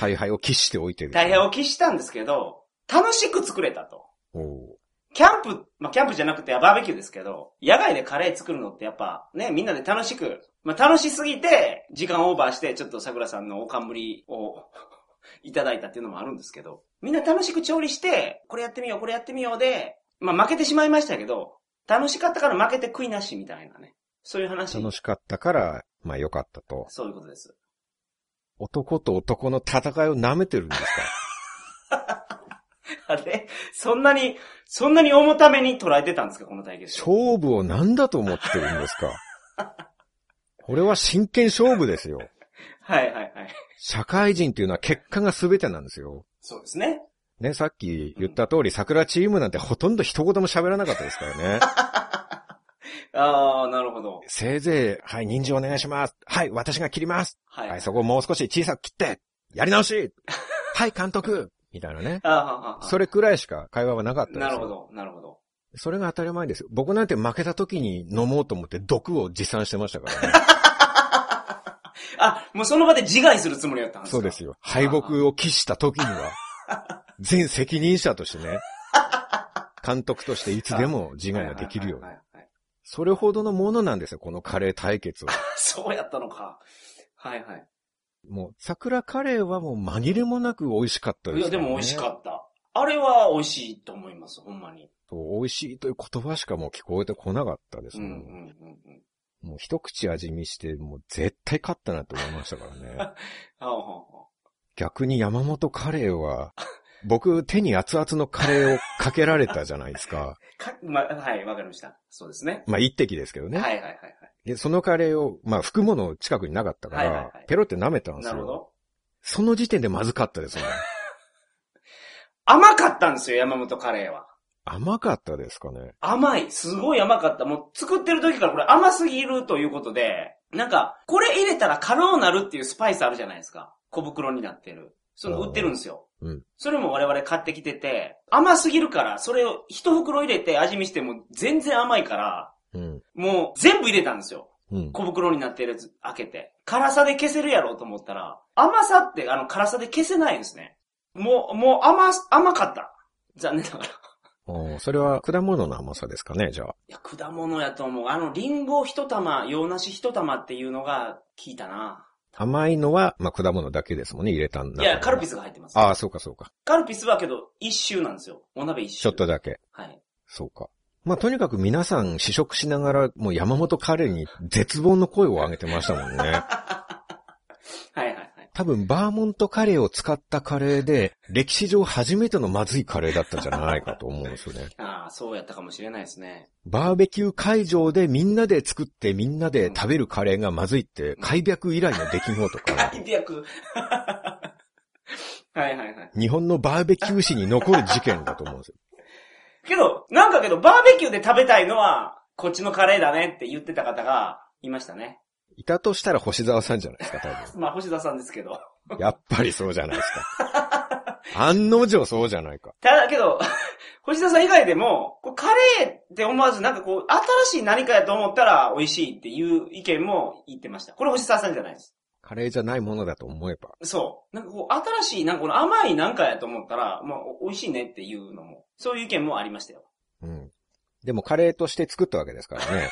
B: 大敗を喫しておいてです
C: 大
B: ね
C: 変お聞きしたんですけど、楽しく作れたと。
B: おう
C: キャンプ、まあ、キャンプじゃなくてバーベキューですけど、野外でカレー作るのってやっぱ、ね、みんなで楽しく、まあ、楽しすぎて、時間オーバーして、ちょっと桜さんのおかんぶりを (laughs) いただいたっていうのもあるんですけど、みんな楽しく調理して、これやってみよう、これやってみようで、まあ、負けてしまいましたけど、楽しかったから負けて悔いなしみたいなね。そういう話。
B: 楽しかったから、まあ良かったと。
C: そういうことです。 (laughs)
B: 男と男の戦いを舐めてるん
C: (laughs)
B: ですか
C: あれそんなに、そんなに重ために捉えてたんですかこの対決。
B: 勝負を何だと思ってるんですかこれは真剣勝負ですよ。
C: はいはいはい。
B: 社会人っていうのは結果が全てなんですよ。
C: そうですね。
B: ね、さっき言った通り、桜チームなんてほとんど一言も喋らなかったですから
C: (laughs)
B: ね。
C: ああ、なるほど。
B: せいぜい、はい、人参お願いします。はい、私が切ります。
C: はい。
B: はい、そこをもう少し小さく切って、やり直
C: (laughs)
B: しはい、監督みたいなね。
C: あーはーはー
B: それくらいしか会話はなかったですよ
C: なるほ。ど、なるほど。
B: それが当たり前ですよ。僕なんて負けた時に飲もうと思って毒を持参してましたからね。
C: (laughs) あ、もうその場で自害するつもりだったんですか
B: そうですよ。敗北を喫した時には、
C: (laughs)
B: 全責任者としてね、監督としていつでも自
C: はい
B: 害
C: はい
B: が
C: はいはい。
B: できるように。
C: はい
B: それほどのものなんですよ、このカレー対決は。 (laughs)
C: そうやったのか。はいはい。
B: もう、桜カレーはもう紛れもなく美味しかったで
C: い
B: す
C: や、でも美味し
B: っ
C: か
B: た。
C: った。あれは美味しいと思います、ほんまに。
B: そう美味しいという言葉しかもう聞こえてこなかったです
C: うん
B: も
C: う
B: ん。
C: んうんうん。
B: もう一口味見して、もう絶対勝ったなと思いましたからね。 (laughs)
C: あーはーは
B: 逆に山本カレーは、僕手に熱々のカレーをかけられたじゃないですか。 (laughs)
C: ーか、ま、はい、わかりました。そうですね。
B: まあ一滴ですけどね。
C: はいはいはいはい。
B: で、そのカレーを、まあ、拭くもの近くになかったから、
C: はいはいはい
B: ペロって舐めたんです
C: なるほ
B: よ。
C: ど。
B: その時点でまずかったですもん。
C: 甘かったんですよ、山本カレーは。
B: 甘かったですかね。
C: 甘い。すごい甘かった。もう作ってる時からこれ甘すぎるということで、なんか、これ入れたら辛うなるっていうスパイスあるじゃないですか。小袋になってる。その売ってるんですよ。
B: うん。
C: それも我々買ってきてて、甘すぎるから、それを一袋入れて味見しても全然甘いから、
B: うん。
C: もう全部入れたんですよ。
B: うん。
C: 小袋になってるやつ開けて。辛さで消せるやろうと思ったら、甘さってあの辛さで消せないんですね。もう、もう甘す、甘かった。残念ながら。
B: おーそれは果物の甘さですかね、じゃあ。
C: いや、果物やと思う。あの、リンゴ一玉、洋梨一玉っていうのが効いたな。
B: 甘いのは、まあ、果物だけですもんね、入れたん
C: い
B: だ。
C: や、カルピスが入ってます。
B: ああ、そうかそうか。
C: カルピスはけど、一周なんですよ。お鍋一周。
B: ちょっと。だけ。
C: はい。
B: そうか。まあ、とにかく皆さん試食しながら、もう
C: (laughs)
B: 山本カレーに絶望の声を上げてましたもんね。
C: はいはいはい。
B: 多分バーモントカレーを使ったカレーで、歴史上初めてのまずいカレーだったんじゃないかと思うんですよね。
C: ああ、そうやったかもしれないですね。
B: バーベキュー会場でみんなで作ってみんなで食べるカレーがまずいって、開白以来の出来事から、
C: 最悪。 (laughs) はいはいはい。
B: 日本のバーベキュー史に残る事件だと思うんですよ。
C: けど、なんかけど、バーベキューで食べたいのは、こっちのカレーだねって言ってた方がいましたね。
B: いたとしたら星沢さんじゃないですか、多
C: まあ、星田さんですけど。
B: 分。やっぱりそうじゃないです
C: (laughs)
B: か。案の定そうじゃないか。
C: ただけど、 (laughs) 星田さん以外でも、こうカレーって思わず、なんかこう、新しい何かやと思ったら美味しいっていう意見も言ってました。これ星田さんじゃないです。
B: カレーじゃないものだと思えば。
C: そう。なんかこう、新しい、なんかこの甘いなんかやと思ったら、まあ、お美味しいねっていうのも、そういう意見もありましたよ。 (laughs)
B: うん。でもカレーとして作ったわけですから
C: (laughs)
B: ね。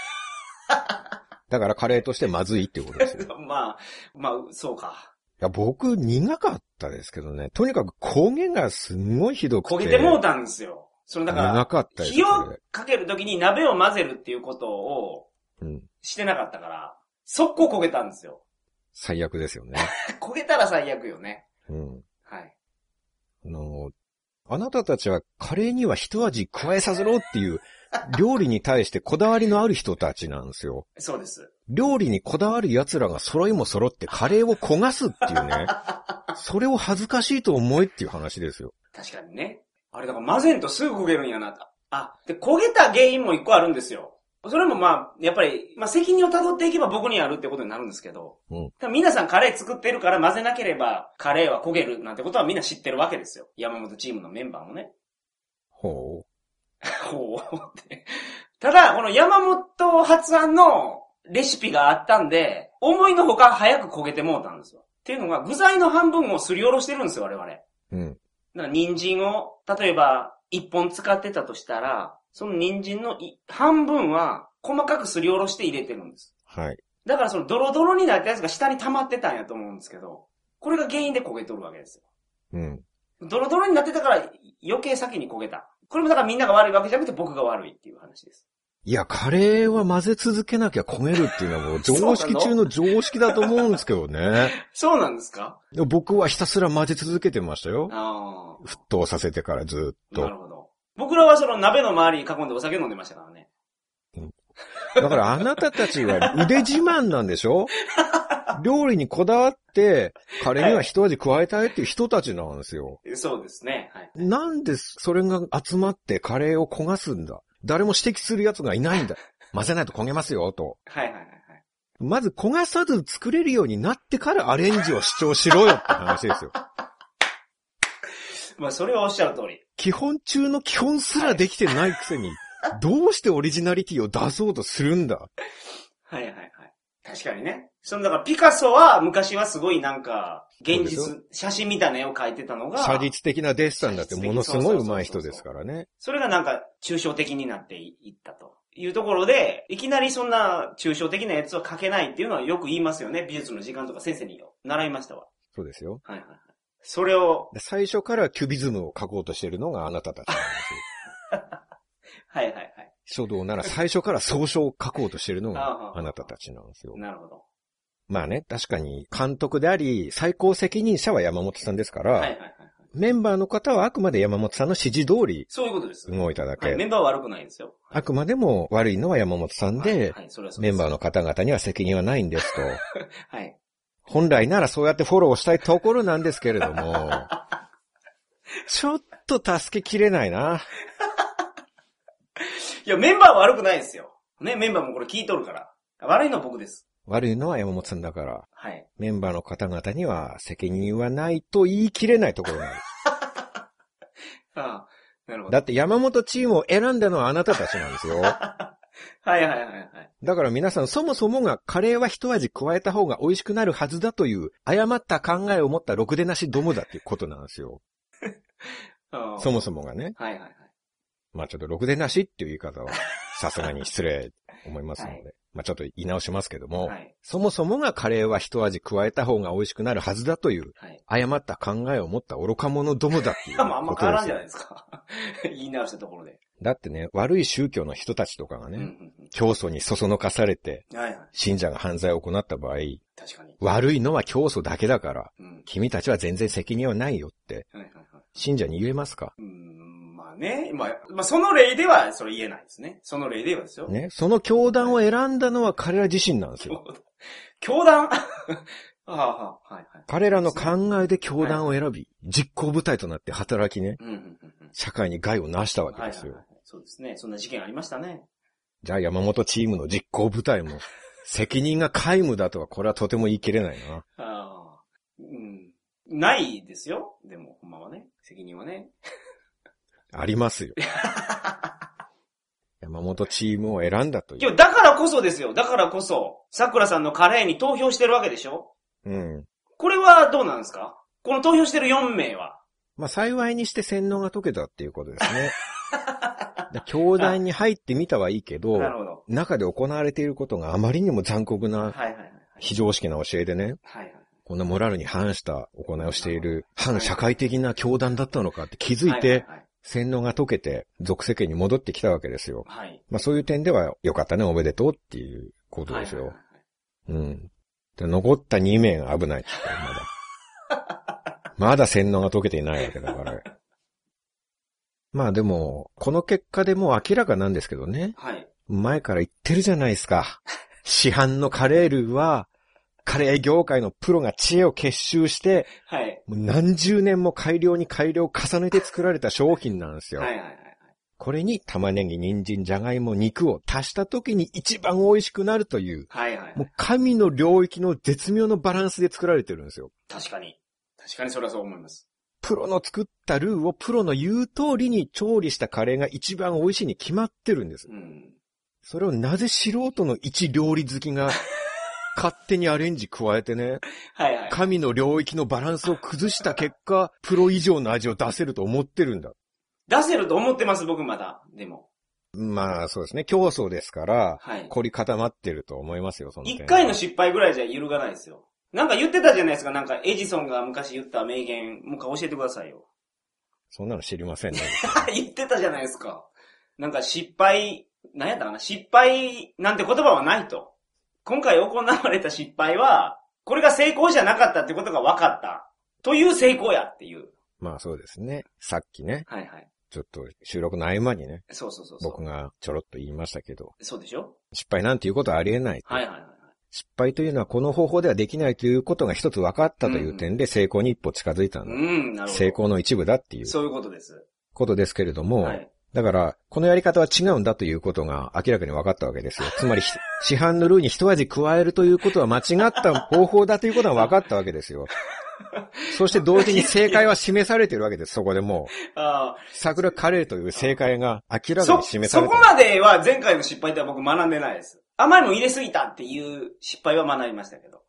B: だからカレーとしてまずいっていうことですよ。い
C: まあ、まあ、そうか。
B: や、僕苦かったですけどね。とにかく焦げがすんごいひどくて。
C: 焦げてもうたんですよ。そのだから、
B: 苦かったです
C: 火
B: ね。
C: をかけるときに鍋を混ぜるっていうことを
B: うん。
C: してなかったから、速攻焦げたんですよ。
B: 最悪ですよね。
C: 焦げたら最悪よね。
B: うん。
C: はい。
B: あの、あなたたちはカレーには一味加えさせろっていう料理に対してこだわりのある人たちなんですよ。
C: そうです。
B: 料理にこだわる奴らが揃いも揃ってカレーを焦がすっていうね。それを恥ずかしいと思えっていう話ですよ。
C: 確かにね。あれだから混ぜんとすぐ焦げるんやなと。あ、で、焦げた原因も一個あるんですよ。それもまあ、やっぱり、まあ責任を辿っていけば僕にあるってことになるんですけど。
B: うん
C: 多分皆さんカレー作ってるから混ぜなければカレーは焦げるなんてことはみんな知ってるわけですよ。山本チームのメンバーもね。 (laughs)
B: ほ
C: こうって。ただ、この山本発案のレシピがあったんで、思いのほか早く焦げてもうたんですよ。っていうのが、具材の半分をすりおろしてるんですよ、我々。だか
B: う。うん。
C: ら、人参を、例えば、一本使ってたとしたら、その人参のい半分は、細かくすりおろして入れてるんです。
B: はい。
C: だから、そのドロドロになったやつが下に溜まってたんやと思うんですけど、これが原因で焦げとるわけですよ。
B: うん。
C: ドロドロになってたから、余計先に焦げた。これもだからみんなが悪いわけじゃなくて僕が悪いっていう話です。
B: いや、カレーは混ぜ続けなきゃ焦げるっていうのはもう常識中の常識だと思うんですけどね。
C: そうなんですか
B: でも僕はひたすら混ぜ続けてましたよ。
C: あ
B: 沸騰させてからずっ
C: あ。なる
B: と。
C: ほど。僕らはその鍋の周りに囲んでお酒飲んでましたからね。
B: だからあなたたちは腕自慢なんでし
C: (laughs)
B: ょ料理にこだわって、カレーには一味加えたいっていう人たちなんですよ。
C: えそうですね。はい。
B: なんでそれが集まってカレーを焦がすんだ誰も指摘する奴がいないんだ。混ぜないと焦げますよ、と。
C: はいはいはい
B: まず焦がさず作れるようになってからアレンジを主張しろよって話
C: (laughs)
B: ですよ。
C: はい。まあ、それはおっしゃる通り。
B: 基本中の基本すらできてないくせに、どうしてオリジナリティを出そうとするんだ
C: はいはいはい。確かにね。その、だからピカソは昔はすごいなんか、現
B: そう
C: 実、写真みたいな絵を描いてたのが、
B: 写実的なデッサンだってものすごい上手い人ですからね。
C: それがなんか抽象的になっていったと。いうところで、いきなりそんな抽象的なやつは描けないっていうのはよく言いますよね。美術の時間とか先生に習いましたわ。
B: そうですよ。
C: はいはいはい。それを、
B: 最初からキュビズムを書こうとしてるのがあなたたち
C: (laughs)
B: なんですよ。
C: はいはいはい。
B: 書道なら最初から総称を書こうとしてるのがあなたたちなんですよ。
C: なるほど。
B: まあね、確かに監督であり、最高責任者は山本さんですから、
C: はいはいはい。
B: メンバーの方はあくまで山本さんの指示通り
C: そういうことです。
B: 動いただけ。
C: はい、メンバーは悪くないですよ。
B: あくまでも悪いのは山本さんで、
C: はいはい、それはそう
B: メ
C: です
B: ンバーの方々には責任はないんですと。
C: はい。
B: 本来ならそうやってフォローしたいところなんですけれども、
C: (laughs)
B: ちょっと助けきれないな。
C: いや、メンバーは悪くないですよ。ね、メンバーもこれ聞いとるから。悪いのは僕です。
B: 悪いのは山本さんだから、
C: はい。
B: メンバーの方々には責任はないと言い切れないところなんで
C: (laughs)
B: す。
C: ああ、なるほど。
B: だって山本チームを選んだのはあなたたちなんです
C: (laughs)
B: よ。
C: はいはいはいはい。
B: だから皆さんそもそもがカレーは一味加えた方が美味しくなるはずだという誤った考えを持ったろくでなしどもだっていうことなんです
C: (laughs)
B: よ。
C: ああ
B: そもそもがね。
C: はいはいはい。 (laughs)
B: まあちょっとろくでなしっていう言い方はさすがに失礼思いますので。まあちょっと言い直しますけども、
C: はい。
B: そもそもがカレーは一味加えた方が美味しくなるはずだという、
C: はい。
B: 誤った考えを持った愚か者どもだってい
C: いうや、もうあんま
B: こと
C: 変わ
B: で
C: らん
B: す
C: じゃ
B: よ
C: ない。ですか。 (laughs) 言い直したところで。
B: だってね、悪い宗教の人たちとかが
C: う
B: ね、
C: んうん
B: 教祖にそそのかされて、
C: うん。はいはい。
B: 信者が犯罪を行った場合、
C: 確かに。
B: 悪いのは教祖だけだから、
C: うん。
B: 君たちは全然責任はないよって、
C: はいはいはい。
B: 信者に言えますか
C: うん、まあね。まあ、まあ、その例では、それ言えないですね。その例ではですよ。
B: ね、その教団を選んだのは彼ら自身なんですよ。
C: 教団 (laughs) ああ、はいはい。
B: 彼らの考えで教団を選び、実行部隊となって働きね、
C: うん、うん、うんうん。
B: 社会に害をなしたわけ
C: はいはい
B: です
C: は
B: よ。
C: い。そうですね。そんな事件ありましたね。
B: じゃあ山本チームの実行部隊も、責任が皆無だとはこれはとても言い切れないな。
C: ああ。うん。ないですよ。でも、ほんまはね。責任はね。
B: あり
C: (laughs)
B: ますよ。山本チームを選んだとい
C: 今
B: う。
C: 日、だからこそですよ。だからこそ、桜さんのカレーに投票してるわけでしょ
B: うん。
C: これはどうなんですかこの投票してる4名は。
B: まあ幸いにして洗脳が解けたっていうことです
C: (laughs)
B: ね。だ教団に入ってみたはいいけど、
C: なるほど。
B: 中で行われていることがあまりにも残酷
C: はい
B: な
C: はいはい。
B: 非常識な教えでね、
C: はいはい。
B: こんなモラルに反した行いをしている、反社会的な教団だったのかって気づい
C: は
B: て、
C: は
B: 洗脳が解けて、俗世間に戻ってきたわけですよ。
C: はい。はい。
B: まあそういう点では、よかったね、おめでとうっていうことです
C: はい
B: よ
C: はい。はいはい
B: うん。で残った2名が危ないって言ったよまだ。まだ洗脳が解けていないわけだから。まあでも、この結果でもう明らかなんですけどね。
C: はい。
B: 前から言ってるじゃないですか。市販のカレールーは、カレー業界のプロが知恵を結集して、
C: はい。
B: もう何十年も改良に改良を重ねて作られた商品なんですよ。
C: はいはいはい。
B: これに玉ねぎ、人参、じゃがいも、肉を足した時に一番美味しくなるという、
C: はいはいは
B: も
C: い。
B: う神の領域の絶妙のバランスで作られてるんですよ。
C: 確かに。確かにそれはそう思います。
B: プロの作ったルーをプロの言う通りに調理したカレーが一番美味しいに決まってるんです。
C: うん。
B: それをなぜ素人の一料理好き
C: (laughs)
B: が勝手にアレンジ加えてね、
C: はいはい。
B: 神の領域のバランスを崩した結果、プロ以上の味を出せると思ってるんだ。
C: 出せると思ってます、僕まだ。でも。
B: まあそうですね、競争ですから、
C: はい。
B: 凝り固まってると思いますよ、その点
C: 一回の失敗ぐらいじゃ揺るがないですよ。なんか言ってたじゃないですか、なんかエジソンが昔言った名言、もう一回教えてくださいよ。
B: そんなの知りませんね。
C: (laughs) 言ってたじゃないですか。なんか失敗、なんやったかな、失敗なんて言葉はないと。今回行われた失敗は、これが成功じゃなかったってことが分かった。という成功やっていう。
B: まあそうですね。さっきね、
C: はいはい。
B: ちょっと収録の合間にね、
C: そうそうそうそう。
B: 僕がちょろっと言いましたけど、
C: そうでしょ
B: 失敗なんていうことはありえない。
C: はいはいはいはい。
B: 失敗というのはこの方法ではできないということが一つ分かったという点で成功に一歩近づいたんだ。
C: うん、なるほど。
B: 成功の一部だっていう
C: そういうことです。
B: ことですけれども、
C: はい。
B: だから、このやり方は違うんだということが明らかに分かったわけですよ。つまり、ひ市販のルーに一味加えるということは間違った方法だということは分かったわけです
C: (laughs)
B: よ。そして同時に正解は示されてるわけです、そこでもう。
C: ああ、
B: 桜カレーという正解が明らか
C: そ、
B: に示
C: そ
B: されて
C: こ
B: る。
C: までは前回の失敗では僕学んでないです。甘いもん入れすぎたっていう失敗は学びましたけど。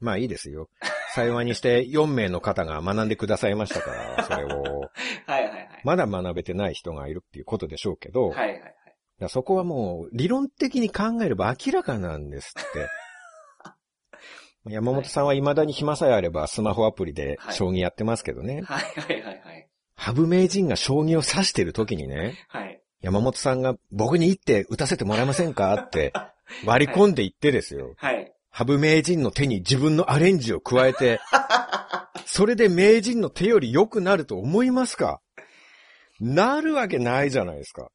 B: まあいいですよ。幸いに
C: (laughs)
B: して4名の方が学んでくださいましたから、それを。
C: はいはいはい。
B: まだ学べてない人がいるっていうことでしょうけど、
C: はいはいはい。
B: だからそこはもう理論的に考えれば明らかなんです
C: (laughs)
B: って。山本さんは未だに暇さえあればスマホアプリで
C: はい
B: 将棋やってますけどね。
C: はいはいはいはい。
B: ハブ名人が将棋を指してる時にね、
C: はい。
B: 山本さんが僕に一手打たせてもらえませんかって割り込んでいってですよ。
C: はい。
B: ハブ名人の手に自分のアレンジを加え
C: (laughs)
B: て、それで名人の手より良くなると思いますかなるわけないじゃないですか。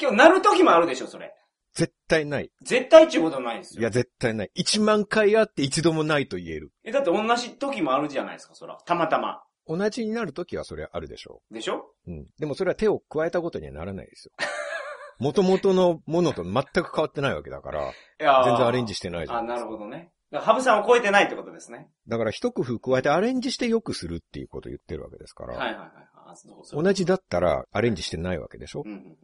C: 今日なる時もあるでしょ、それ。
B: 絶対ない。
C: 絶対ちゅうことないです
B: い
C: よ
B: や、。絶対ない。1万回あって一度もないと言える。
C: え、だって同じ時もあるじゃないですか、そら。たまたま。
B: 同じになるときはそれはあるでしょ
C: でしょ
B: う。うん。でもそれは手を加えたことにはならない
C: (laughs)
B: ですよ。元々のものと全く変わってないわけだから、
C: いやー
B: 全然アレンジしてないじゃ
C: あ、
B: ん。
C: なるほどね。だから、ハブさんを超えてないってことですね。
B: だから一工夫加えてアレンジして良くするっていうことを言ってるわけですか
C: はいはい
B: ら、
C: はい。あそうそう
B: 同じだったらアレンジしてないわけでしょ
C: うんうんうん。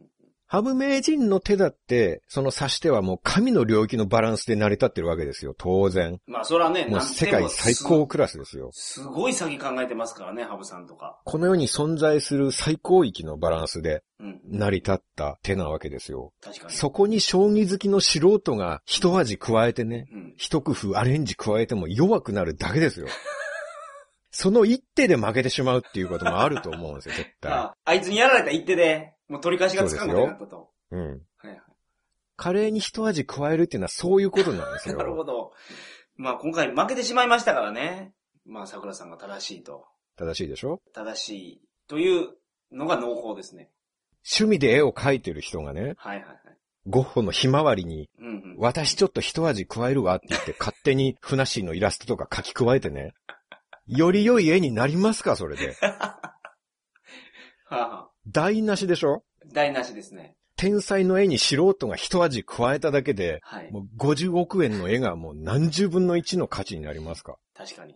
B: ハブ名人の手だって、その指し手はもう神の領域のバランスで成り立ってるわけですよ、当然。
C: まあ、それはね、
B: もう
C: なん
B: 世
C: で
B: 界
C: も
B: 最高クラスですよ。
C: す。すごい先考えてますからね、ハブさんとか。
B: この世に存在する最高域のバランスで
C: うん。
B: 成り立った手なわけですよ。
C: 確かに。
B: そこに将棋好きの素人が一味加えてね、
C: うん。
B: 一工夫アレンジ加えても弱くなるだけ
C: (laughs)
B: ですよ。その一手で負けてしまうっていうこともあると思うんですよ、絶対。
C: ああいつにやられた一手で、もう取り返しがつかんことになったと。
B: うん。
C: はいは
B: カレーに一味加えるっていうのはそういうことなんです
C: い。な (laughs) る
B: よ。
C: ほど。まあ、今回負けてしまいましたからね。まあ、桜さんが正しいと。
B: 正しいでしょ
C: 正しいというのが濃厚ですね。
B: 趣味で絵を描いてる人がね、
C: はいはいはい。
B: ゴッホのひまわりに、
C: うんうん。
B: 私ちょっと一味加えるわって言って勝手にふなっしーのイラストとか書き加えてね。より良い絵になりますかそれで。
C: はあはあ、
B: 台無しでしょ
C: 台無しですね。
B: 天才の絵に素人が一味加えただけで、
C: はい。
B: もう50億円の絵がもう何十分の1の価値になりますか
C: 確かに。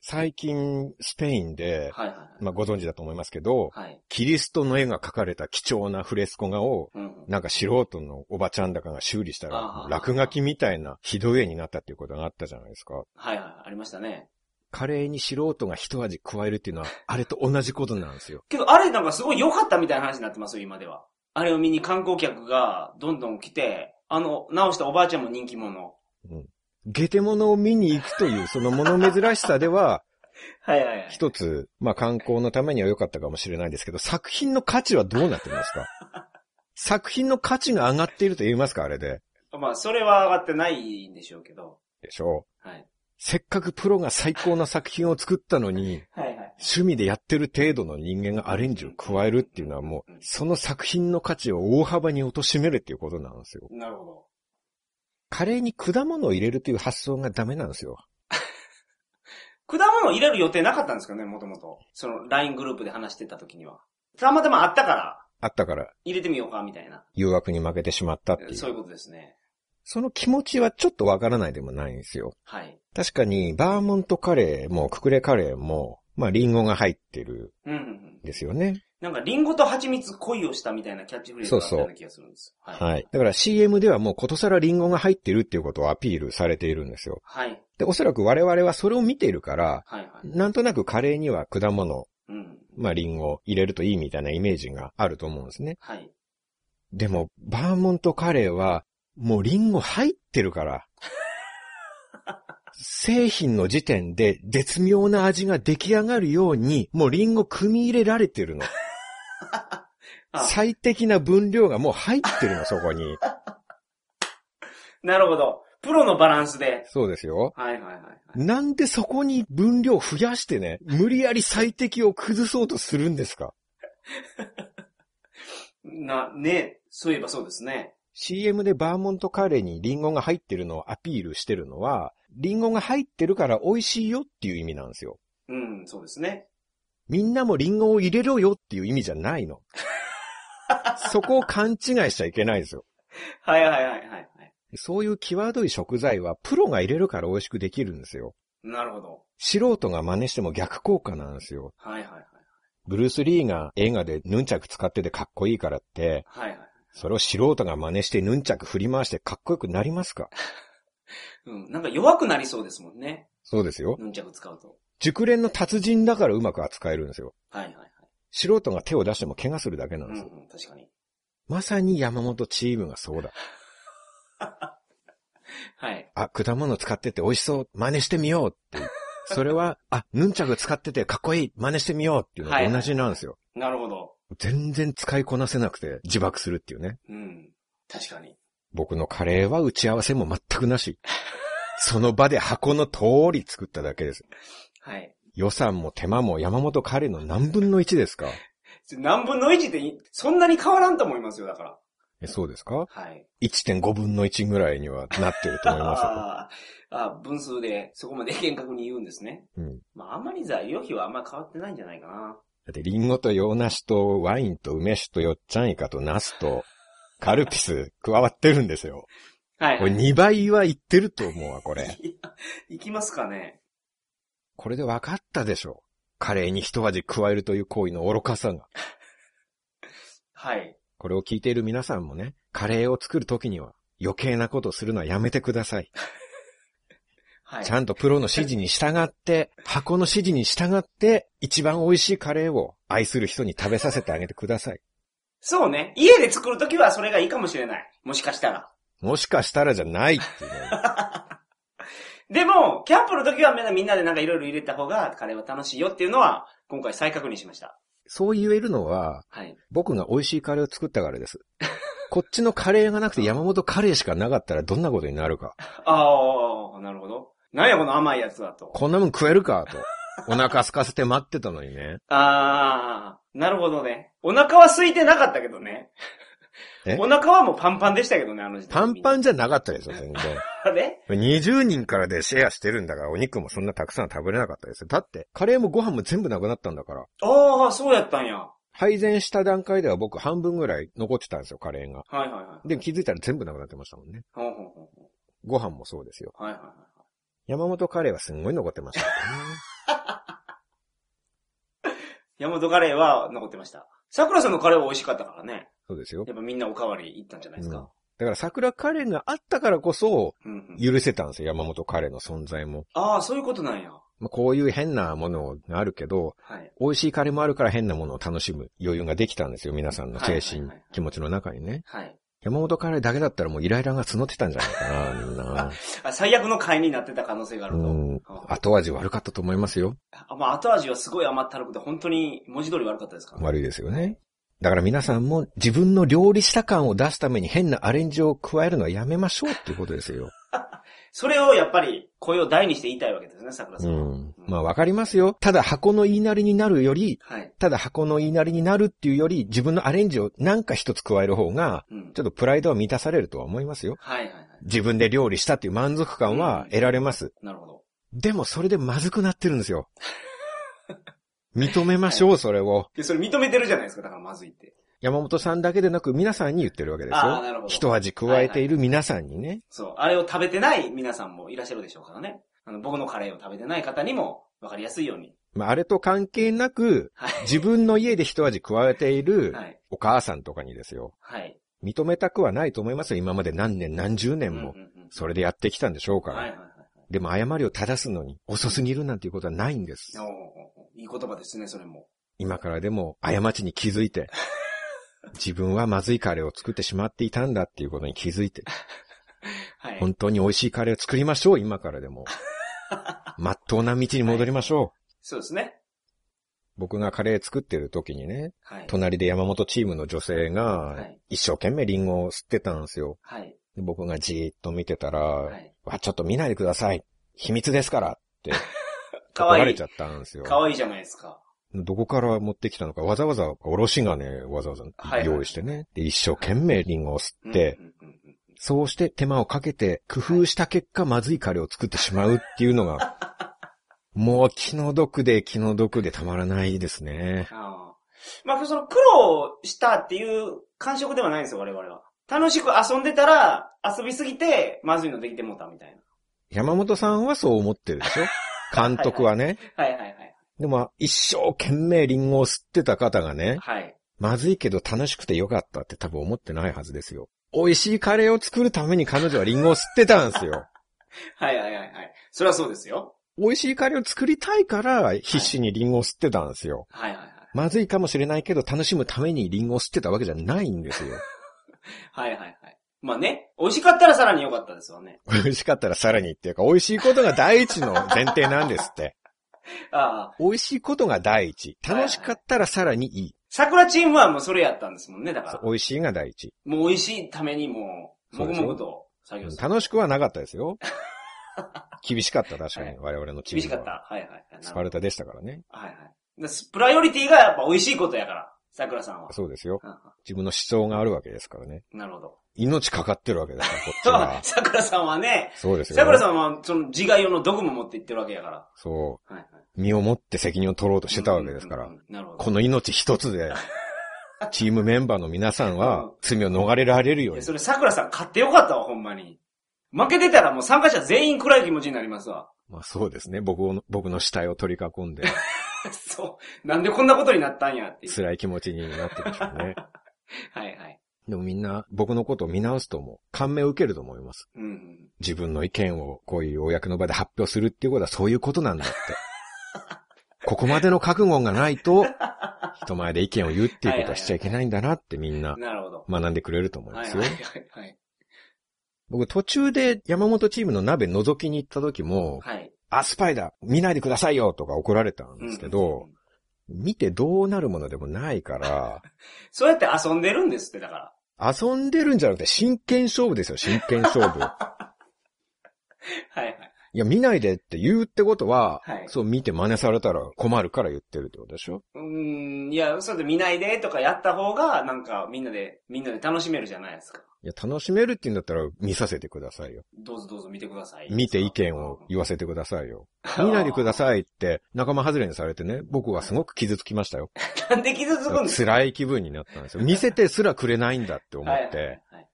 B: 最近、スペインで、
C: はいはい
B: まあご存知だと思いますけど、
C: はい。はい。
B: キリストの絵が描かれた貴重なフレスコ画を、
C: うんうん。
B: なんか素人のおばちゃんだかが修理した
C: あ
B: ら
C: あ、
B: 落書きみたいなひどい絵になったっていうことがあったじゃないですか。
C: はいはい。ありましたね。
B: カレーに素人が一味加えるっていうのは、あれと同じことなんですよ。 (laughs)
C: けど、あれなんかすごい良かったみたいな話になってますよ、今では。あれを見に観光客がどんどん来て、あの、直したおばあちゃんも人気者。
B: ゲテモノを見に行くという、その物珍しさでは、
C: はいはいはい。
B: 一つ、まあ観光のためには良かったかもしれないですけど、作品の価値はどうなってますか作品の価値が上がっていると言いますかあれで。
C: まあ、それは上がってないんでしょうけど。
B: でしょう。
C: はい。
B: せっかくプロが最高な作品を作ったのに、
C: はいはい。
B: 趣味でやってる程度の人間がアレンジを加えるっていうのはもう、その作品の価値を大幅に貶としめるっていうことなんですよ。
C: なるほど。
B: カレーに果物を入れるという発想がダメなんですよ。
C: 果物を入れる予定なかったんですかね、もともと。その LINE グループで話してた時には。たまたまあったから、
B: あったから、
C: 入れてみようか、みたいな。
B: 誘惑に負けてしまったってい
C: そういう
B: う。
C: ことですね。
B: その気持ちはちょっとわからないでもないんですよ。
C: はい。
B: 確かに、バーモントカレーも、ククレカレーも、まあ、リンゴが入ってる
C: うんうんうん。
B: んですよね。
C: なんか、リンゴと蜂蜜恋をしたみたいなキャッチフレーズがあったような気がするんです。はい。
B: はい。だから CM ではもうことさらリンゴが入ってるっていうことをアピールされているんですよ。
C: はい。
B: で、おそらく我々はそれを見ているから、
C: はいはい。
B: なんとなくカレーには果物、
C: うん。
B: まあ、リンゴ入れるといいみたいなイメージがあると思うんですね。
C: はい。
B: でも、バーモントカレーは、もうリンゴ入ってるから。製品の時点で絶妙な味が出来上がるように、もうリンゴ組み入れられてるの。
C: あ、
B: 最適な分量がもう入ってるの、そこに。
C: なるほど。プロのバランスで。
B: そうですよ。
C: はいはいはいはい。
B: なんでそこに分量増やしてね、無理やり最適を崩そうとするんですか
C: な、ね、そういえばそうですね。
B: ?CM でバーモントカレーにリンゴが入ってるのをアピールしてるのは、リンゴが入ってるから美味しいよっていう意味なんですよ。
C: うん、そうですね。
B: みんなもリンゴを入れろよっていう意味じゃないの。そこを勘違いしちゃいけないですよ。
C: はいはいはいはい。はい
B: そういう際どい食材はプロが入れるから美味しくできるんですよ。
C: なるほど。
B: 素人が真似しても逆効果なんですよ。
C: はいはいはい。
B: ブルース・リーが映画でヌンチャク使っててかっこいいからって、
C: はいはい。
B: それを素人が真似してヌンチャク振り回してかっこよくなりますか
C: うん、なんか弱くなりそうですもんね。
B: そうですよ。
C: ヌンチャク使うと。
B: 熟練の達人だからうまく扱えるんですよ。
C: はいはいはい。
B: 素人が手を出しても怪我するだけなんで
C: うん
B: すよ。、
C: うん、確かに。
B: まさに山本チームがそうだ。
C: はい。
B: あ、果物使ってて美味しそう。真似してみようっていう。それは、あ、ヌンチャク使っててかっこいい。真似してみようっていうのと同じなんですよ。
C: なるほど。
B: 全然使いこなせなくて自爆するっていうね。
C: うん。確かに。
B: 僕のカレーは打ち合わせも全くなし。その場で箱の通り作っただけです。
C: はい。
B: 予算も手間も山本カレーの何分の1ですか
C: 何分の1ってい、そんなに変わらんと思いますよ、だから。
B: えそうですか
C: はい。
B: 1.5分の1ぐらいにはなってると思います
C: (laughs)
B: よ。
C: あーあー、分数でそこまで厳格に言うんですね。
B: うん、
C: まあ、あんまり材料費はあんまり変わってないんじゃないかな。
B: だって、リンゴと洋梨とワインと梅酒とよっちゃんイカとナスとカルピス加わってるんですよ。
C: はい
B: こ
C: は
B: れ
C: い。
B: 2倍はいってると思うわ、これ。
C: いやいきますかね。
B: これで分かったでしょ。カレーに一味加えるという行為の愚かさが。
C: はい。
B: これを聞いている皆さんもね、カレーを作るときには余計なことするのはやめてください。
C: はい。
B: ちゃんとプロの指示に従って、箱の指示に従って、一番美味しいカレーを愛する人に食べさせてあげてください。
C: そうね。家で作るときはそれがいいかもしれない。もしかしたら。
B: もしかしたらじゃないって
C: (laughs)
B: いうね、
C: でも、キャンプの時はみんなみんなでなんかいろいろ入れた方がカレーは楽しいよっていうのは、今回再確認しました。
B: そう言えるのは、
C: はい。
B: 僕が美味しいカレーを作ったからです。 (laughs) こっちのカレーがなくて山本カレーしかなかったらどんなことになるか。
C: ああ、なるほど。なんやこの甘いやつはと。
B: こんなもん食えるかと。お腹空かせて待ってたのにね。
C: ああ、なるほどね。お腹は空いてなかったけどね
B: え。
C: お腹はもうパンパンでしたけどね、あの時代。
B: パンパ
C: ン
B: ンじゃなかったですよ、全然。
C: あれ
B: 20人からでシェアしてるんだから、お肉もそんなたくさん食べれなかったですよ。だって、カレーもご飯も全部なくなったんだから、
C: ああ、そうやったんや。は
B: 配膳した段階では僕半分ぐらい残ってたんですよ、カレーが。
C: いはいはい。
B: で、気づいたら全部なくなってましたもんね。
C: ほうほうほうほ
B: ご飯もそうですよ。
C: うはいはいはい。
B: 山本カレーはすんごい残ってました、ね。
C: 山本カレーは残ってました。桜さんのカレーは美味しかったからね。
B: そうですよ。
C: やっぱみんなおかわり行ったんじゃないです
B: うん
C: か。
B: だから桜カレーがあったからこそ、
C: うん、うん。
B: 許せたんですよ、山本カレーの存在も。
C: ああ、そういうことなんや。
B: まあ、こういう変なものがあるけど、
C: はい。
B: 美味しいカレーもあるから変なものを楽しむ余裕ができたんですよ、皆さんの精神、
C: はいはいはい
B: 気持ちの中にね。
C: はい。
B: 山本カレーだけだったらもうイライラが募ってたんじゃないかな、みん
C: (laughs)
B: な。
C: あ最悪の会になってた可能性があると。
B: うん
C: あ
B: 後味悪かったと思いますよ。
C: あまあ、後味はすごい甘ったるくて、本当に文字通り悪かったですから、
B: 悪いですよね。だから皆さんも自分の料理した感を出すために変なアレンジを加えるのはやめましょうっていうことですよ。
C: それをやっぱり声を大にして言いたいわけですね、桜さ
B: うん
C: は。
B: ん。まあわかりますよ。ただ箱の言いなりになるより、
C: はい。
B: ただ箱の言いなりになるっていうより、自分のアレンジをなんか一つ加える方が、
C: うん
B: ちょっとプライドは満たされるとは思いますよ。
C: はいはいはい。
B: 自分で料理したっていう満足感は得られます。
C: なるほど。
B: でもそれでまずくなってるんです
C: (laughs)
B: よ。認めましょう、それを。
C: で、それ認めてるじゃないですか、だからまずいって。
B: 山本さんだけでなく皆さんに言ってるわけです
C: ああ、
B: よ。
C: なるほど。
B: 一味加えている皆さんにね。
C: そう。あれを食べてない皆さんもいらっしゃるでしょうからね。あの、僕のカレーを食べてない方にも分かりやすいように。
B: まあ、あれと関係なく、
C: はい。
B: 自分の家で一味加えている
C: はい。
B: お母さんとかにですよ。
C: はい。
B: 認めたくはないと思いますよ。今まで何年何十
C: うん
B: 年
C: うん
B: も
C: う。ん
B: それでやってきたんでしょうか
C: はい
B: ら。
C: はいはい。
B: でも誤りを正すのに遅すぎるなんていうことはないんです
C: おー。おーおーいい言葉ですね、それも。
B: 今からでも過ちに気づい
C: (laughs)
B: て、自分はまずいカレーを作ってしまっていたんだっていうことに気づいて、
C: はい。
B: 本当に美味しいカレーを作りましょう、今から
C: (laughs)
B: でも。まっとうな道に戻りましょう。
C: そうですね。
B: 僕がカレー作ってる時にね、
C: はい。
B: 隣で山本チームの女性
C: は
B: が
C: い、
B: 一生懸命リンゴを吸ってたんですよ。
C: はい。
B: で僕がじーっと見てたら、
C: はい。
B: わ、ちょっと見ないでください。秘密ですからって、
C: かわ
B: ら
C: い
B: れ
C: い
B: ちゃ。ったんですよ。
C: かわいいじゃないですか。
B: どこから持ってきたのか、わざわざおろし金わざわざ
C: はい
B: 用意してね。で、一生懸命リンゴを吸
C: うん
B: って、
C: うんうんうん
B: そうして手間をかけて工夫した結果、まずいカレーを作ってしまうっていうの
C: (laughs)
B: が、もう気の毒で気の毒でたまらないですね。
C: ああまあ、その苦労したっていう感触ではないんですよ、我々は。楽しく遊んでたら、遊びすぎて、まずいのできてもうたみたい
B: 山本さんはそう思ってる
C: (laughs)
B: でしょ監督はね。
C: な。はいはいはい。
B: でも、一生懸命リンゴを吸ってた方がね、
C: はい。
B: まずいけど楽しくてよかったって多分思ってないはずですよ。美味しいカレーを作るために彼女はリンゴを吸ってたんですよ。
C: はいはいはいはい。それはそうですよ。
B: 美味しいカレーを作りたいから必死にリンゴを吸ってたんですよ。
C: はいはいはい。
B: まずいかもしれないけど楽しむためにリンゴを吸ってたわけじゃないん
C: (laughs)
B: ですよ。
C: はいはいはい。まあね、美味しかったらさらに良かったですわね。
B: 美味しかったらさらにっていうか、美味しいことが第一の前提なんです
C: (laughs)
B: って。
C: ああ、
B: 美味しいことが第一。楽しかったらさらにいい。
C: 桜チームはもうそれやったんですもんね、だから
B: そう。美味しいが第一。
C: もう美味しいためにもう、もぐもぐと作業する。
B: 楽しくはなかったです
C: (laughs)
B: よ。厳しかった、確か
C: は
B: に。
C: い
B: 我々のチー
C: 厳
B: ム。
C: しかっ。た。はいはい。なるほど
B: スパルタでしたからね。
C: はいはい。だプライオリティがやっぱ美味しいことやから、桜さんは。
B: そうですよ。
C: うん
B: 自分の思想があるわけですからね。
C: うんなるほど。
B: 命かかってるわけですから、こっち
C: (laughs) そう
B: は、。
C: 桜さんはね、
B: そうですよ。
C: 桜さんはその自害用の毒も持っていってるわけやから。は
B: そ。
C: いはいう
B: 身をもって責任を取ろうとしてたわけですか
C: うん
B: ら
C: うん。うんなるほど。
B: この命一つ
C: (laughs)
B: で、チームメンバーの皆さん
C: う
B: は
C: ん
B: 罪を逃れられるよ
C: いうや、
B: に。
C: それ桜さん買ってよかったわ、ほんまに。負けてたらもう参加者全員暗い気持ちになりますわ。 (laughs)
B: まあそうですね。僕を、僕の死体を取り囲んで、
C: そう。なんでこんなことになったんやっていう。
B: 辛い気持ちになってるでしょうね。
C: はいはい。
B: でもみんな僕のことを見直すとも感銘を受けると思います。
C: うんうん。
B: 自分の意見をこういう公の場で発表するっていうことはそういうこと
C: (laughs)
B: なんだって。ここまでの覚悟がない
C: (laughs)
B: と、人前で意見を言うっていうことはしちゃいけないんだなってみんな
C: なるほど。
B: 学んでくれると思いま
C: はい
B: す
C: は
B: よ
C: い。はいはい。
B: 僕途中で山本チームの鍋覗きに行った時も、
C: はい。
B: あ、スパイだ見ないでくださいよとか怒られたん
C: うん
B: ですけど、。見てどうなるものでもないから、 (laughs)
C: そうやって遊んでるんですって、だから。
B: 遊んでるんじゃなくて真剣勝負ですよ、真剣勝
C: (laughs)
B: 負。
C: はいはい。
B: いや、見ないでって言うってことは、
C: はい
B: そう見て真似されたら困るから言ってるってことでしょ
C: うーん、いや、そうで見ないでとかやった方が、なんかみんなで、みんなで楽しめるじゃないですか。
B: いや、楽しめるって言うんだったら見させてくださいよ。
C: どうぞどうぞ見てください。
B: 見て意見を言わせてくださいよ。
C: (laughs)
B: 見ないでくださいって仲間外れにされてね、僕はすごく傷つきましたよ。
C: い。なんで傷つくんです
B: 辛い気分になったんですよ。見せてすらくれないんだって思
C: か
B: っ
C: はいはい
B: て、
C: はい。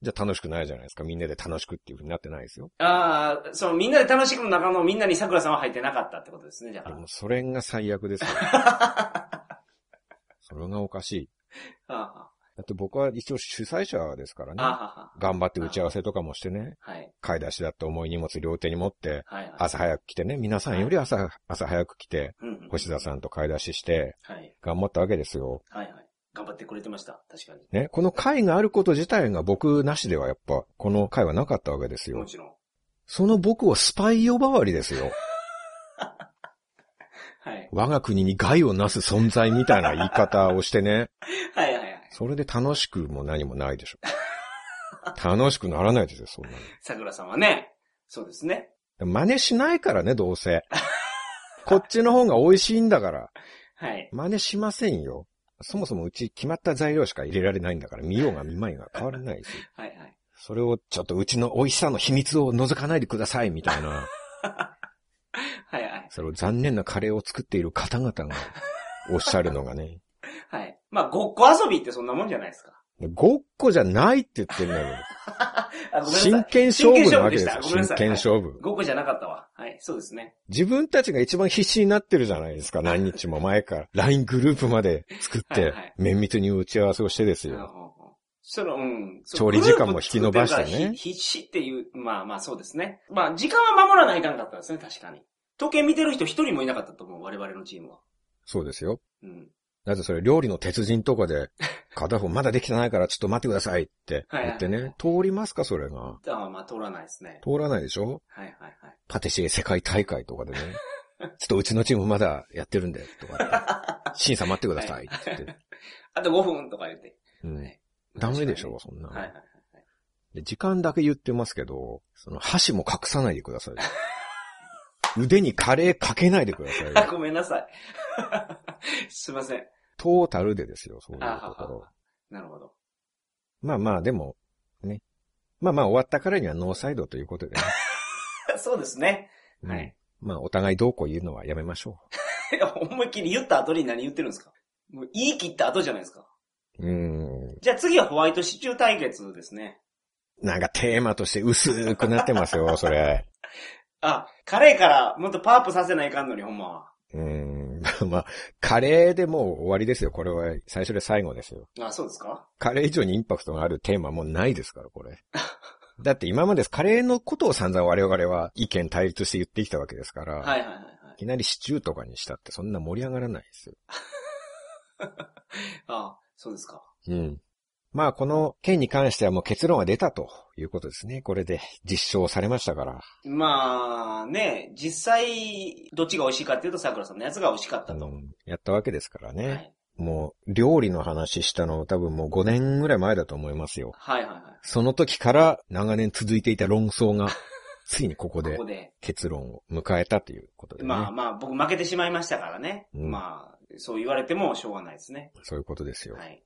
B: じゃあ楽しくないじゃないですか。みんなで楽しくっていう風になってないですよ。
C: ああ、そのみんなで楽しむ中のみんなに桜さんは入ってなかったってことですね、じゃ
B: でもそれが最悪
C: (laughs)
B: ですよ。それがおかしい。
C: あ。あ
B: だって僕は一応主催者ですから
C: あ、あ
B: ね。
C: あ、
B: 頑張って打ち合わせとかもしてね。
C: はい、
B: 買い出しだって重い荷物両手に持って、
C: はい、はい。
B: 朝早く来てね、皆さんより朝、朝早く来て、
C: うんうん、
B: 星田さんと買い出しして、
C: はい、
B: 頑張ったわけですよ。
C: はい、はい。頑張ってくれてました、確かに。
B: ね、この会があること自体が僕なしではやっぱ、この会はなかったわけです
C: も
B: よ。
C: ちろん。
B: その僕をスパイ呼ばわりですよ。
C: はい、
B: 我が国に害をなす存在みたいな言い方をしてね、
C: はい、はい、はい。
B: それで楽しくも何もないでしょ。楽しくならないですよ、そんなの。
C: 桜さんはね、そうですね。
B: 真似しないからね、どうせ。こっちの方が美味しいんだから。
C: はい。
B: 真似しませんよ。そもそもうち決まった材料しか入れられないんだから、見ようが見まいが変わらないですよ。
C: はい、はい。
B: それをちょっとうちの美味しさの秘密を覗かないでください、みたいな。
C: はい、はい。
B: それを残念なカレーを作っている方々がおっしゃるのがね。
C: はい。まあ、ごっこ遊びってそんなもんじゃないですか。
B: ごっこじゃないって言ってるのよ。
C: あ、ごめんなさい。
B: 真剣勝負なわけです
C: 真剣勝負でした
B: よ。
C: ごめんな
B: 真
C: さい
B: 剣勝負。
C: 5個じゃなかったわ。はい、そうですね。
B: 自分たちが一番必死になってるじゃないです
C: (laughs)
B: か、何日も前から。LINE グループまで作っ
C: はい
B: て
C: はい、
B: 綿密に打ち合わせをしてです
C: うんうんう
B: よ。
C: んその、うん。そ
B: 調
C: の
B: 理時間も引き延ばしてね
C: グループ作ってるからひ必死っていう、まあまあそうですね。まあ時間は守らないかんかったですね、確かに。時計見てる人一人もいなかったと思う、我々のチームは。
B: そうですよ。
C: うん。
B: だってそれ料理の鉄人とか
C: (laughs)
B: で、片方まだできてないからちょっと待ってくださいって言ってね、通りますか、それが。
C: ああまあ通らないですね。
B: 通らないでしょ
C: はいはいはい。
B: パティシエ世界大会とか
C: (laughs)
B: でね。ちょっとうちのチームまだやってるんで、とか
C: (laughs)
B: って。審査待ってくださいって言って。
C: あと5分とか言って。
B: うん、ダメでしょ、そんなの、
C: はいはいはい。
B: で時間だけ言ってますけど、その箸も隠さないでください。 (laughs) 腕にカレーかけないでください
C: あ、
B: よ。
C: ごめんなさい。 (laughs) すいません。
B: トータルでですよ、そういう
C: あ
B: と
C: は
B: ころ
C: は。なるほど。 (laughs)
B: まあまあ、でも、ね。まあまあ、終わったからにはノーサイドということでね。
C: そうですね。 (laughs) は
B: うん
C: い。 (laughs)
B: まあ、お互いどうこう言うのはやめましょ
C: いや思いっきり言った後に何言ってるんですかもう言い切った後じゃないですか。
B: う。うん。
C: じゃあ次はホワイトシチュー対決ですね。
B: なんかテーマとして薄くなってますよ、それ。
C: あ、カレーからもっとパワーアップさせないかんのに、ほんまは。
B: うーん。 (laughs) まあ、カレーでもう終わりですよ。これは最初で最後ですよ。
C: あ、そうですか
B: カレー以上にインパクトがあるテーマもうないですから、これ。だって今までカレーのことを散々我々は意見対立して言ってきたわけですから、
C: は
B: い、
C: いはいはいはい。
B: きなりシチューとかにしたってそんな盛り上がらないですよ。
C: あ、そうですか。
B: うん。まあ、この件に関してはもう結論は出たということですね。これで実証されましたから。
C: まあ、ね、実際、どっちが美味しいかっていうと、桜さんのやつが美味しかっ
B: あ
C: たと。
B: の、やったわけですからね。
C: はい
B: もう、料理の話したの多分もう5年ぐらい前だと思いますよ。
C: はいはいは
B: その時から長年続いていた論争
C: (laughs)
B: が、ついにここ
C: い。
B: で
C: ここで。
B: 結論を迎えたということでね。
C: まあまあ、僕負けてしまいましたからね。
B: うん
C: まあ、そう言われてもしょうがないですね。
B: そういうことですよ。
C: はい。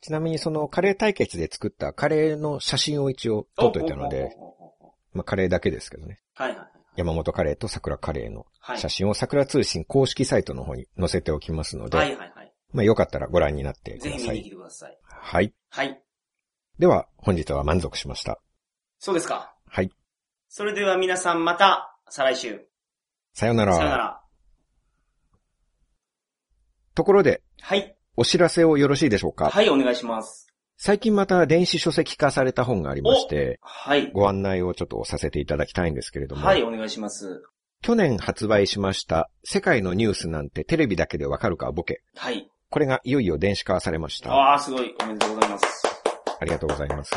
B: ちなみにそのカレー対決で作ったカレーの写真を一応撮っといたので、
C: おおおおおお
B: まあカレーだけですけどね。
C: はいはいはい。
B: 山本カレーと桜カレーの
C: はい。
B: 写真を桜通信公式サイトの方に載せておきますので、
C: はいはいはい。
B: まあよかったらご覧になってく
C: ぜ
B: だ
C: ひ見
B: さ
C: に来
B: い。
C: てください。
B: はい。
C: はい。
B: では、本日は満足しました。
C: そうですか。
B: はい。
C: それでは皆さんまた、再来週。さよなら。
B: ところで、
C: はい。
B: お知らせをよろしいでしょうか、
C: はい、お願いします。
B: 最近また電子書籍化された本がありまして、
C: はい。
B: ご案内をちょっとさせていただきたいんですけれども、
C: はい、お願いします。
B: 去年発売しました世界のニュースなんてテレビだけでわかるかボケ。
C: はい。
B: これがいよいよ電子化されました。
C: ああ、すごい。おめでとうございます。
B: ありがとうございます。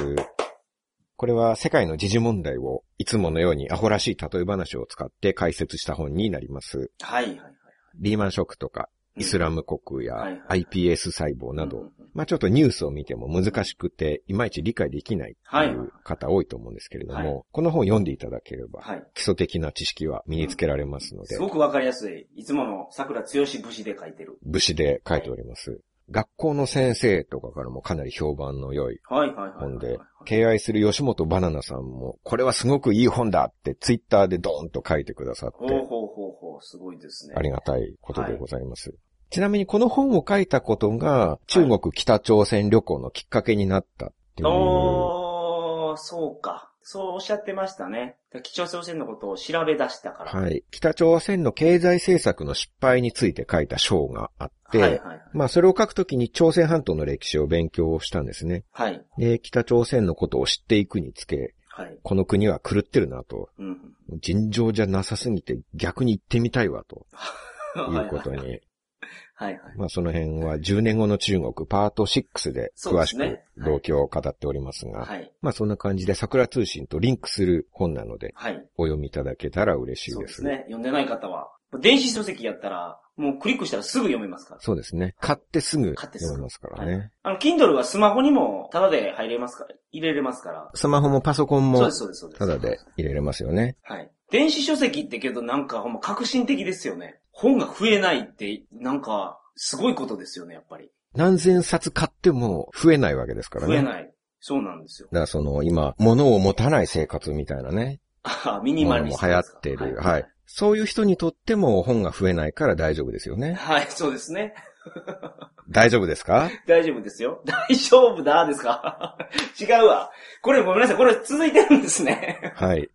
B: これは世界の時事問題をいつものようにアホらしい例え話を使って解説した本になります。
C: はい、はい、はい。
B: リーマンショックとか、イスラム国や
C: はいはい
B: iPS 細胞など、
C: うん。
B: まあちょっとニュースを見ても難しくて、いまいち理解できないっていう方多いと思うんですけれども、
C: はい
B: この本を読んでいただければ、
C: はい。
B: 基礎的な知識は身につけられますので、
C: すごくわかりやすい。いつもの桜強し節で書いてる。
B: 武士で書いております。学校の先生とかからもかなり評判の良い
C: はい、はい、はい。
B: 本
C: はい
B: で、敬愛する吉本バナナさんも、これはすごくいい本だってツイッターでドーンと書いてくださっ
C: ほう
B: て、
C: ほうほうほう、すごいですね。
B: ありがたいことでございます。ちなみにこの本を書いたことが、中国北朝鮮旅行のきっかけになったっていう、
C: おー、そうか。そうおっしゃってましたね。貴重朝鮮のことを調べ出したから。
B: はい。北朝鮮の経済政策の失敗について書いた章があって、
C: はい、はい。
B: まあそれを書くときに朝鮮半島の歴史を勉強したんですね。
C: はい。
B: で、北朝鮮のことを知っていくにつけ、
C: はい。
B: この国は狂ってるなと、 (laughs)
C: うん。
B: 尋常じゃなさすぎて逆に行ってみたいわと。いうことに。
C: はい、はい。
B: まあその辺は10年後の中国パート6で詳し
C: そうです
B: く
C: ねはい
B: 動機を語っておりますが、
C: はい。
B: まあそんな感じで桜通信とリンクする本なので
C: はい。
B: お読みいただけたら嬉しい
C: そう
B: で。
C: ですすね。読んでない方は。電子書籍やったら、もうクリックしたらすぐ読めますから。
B: そうですね。買ってすぐ
C: 買ってすぐ
B: 読めますからね。
C: あの、Kindle はスマホにもタダで入れますから、入れれますから。
B: スマホもパソコン
C: そう
B: も
C: です、そうです、そうです。
B: ただで入れれますよね。
C: はい。電子書籍ってけどなんかほんま革新的ですよね。本が増えないって、なんか、すごいことですよね、やっぱり。
B: 何千冊買っても増えないわけですから
C: 増
B: ね。
C: え
B: だか
C: ない。そうなんですよ。
B: らその今、物を持たない生活みたいなね、
C: あミニ
B: も
C: マ
B: の
C: リス
B: も
C: ト
B: 流行
C: で
B: っ
C: すか
B: てる。はい。。そういう人にとっても本が増えないから大丈夫ですよ
C: (laughs)
B: ね。
C: はい、そうですね。
B: 大丈夫ですか
C: 大丈夫ですよ。大丈夫だですか (laughs) 違うわ。これごめんなさい。これ続いてるんですね。 (laughs)
B: はい。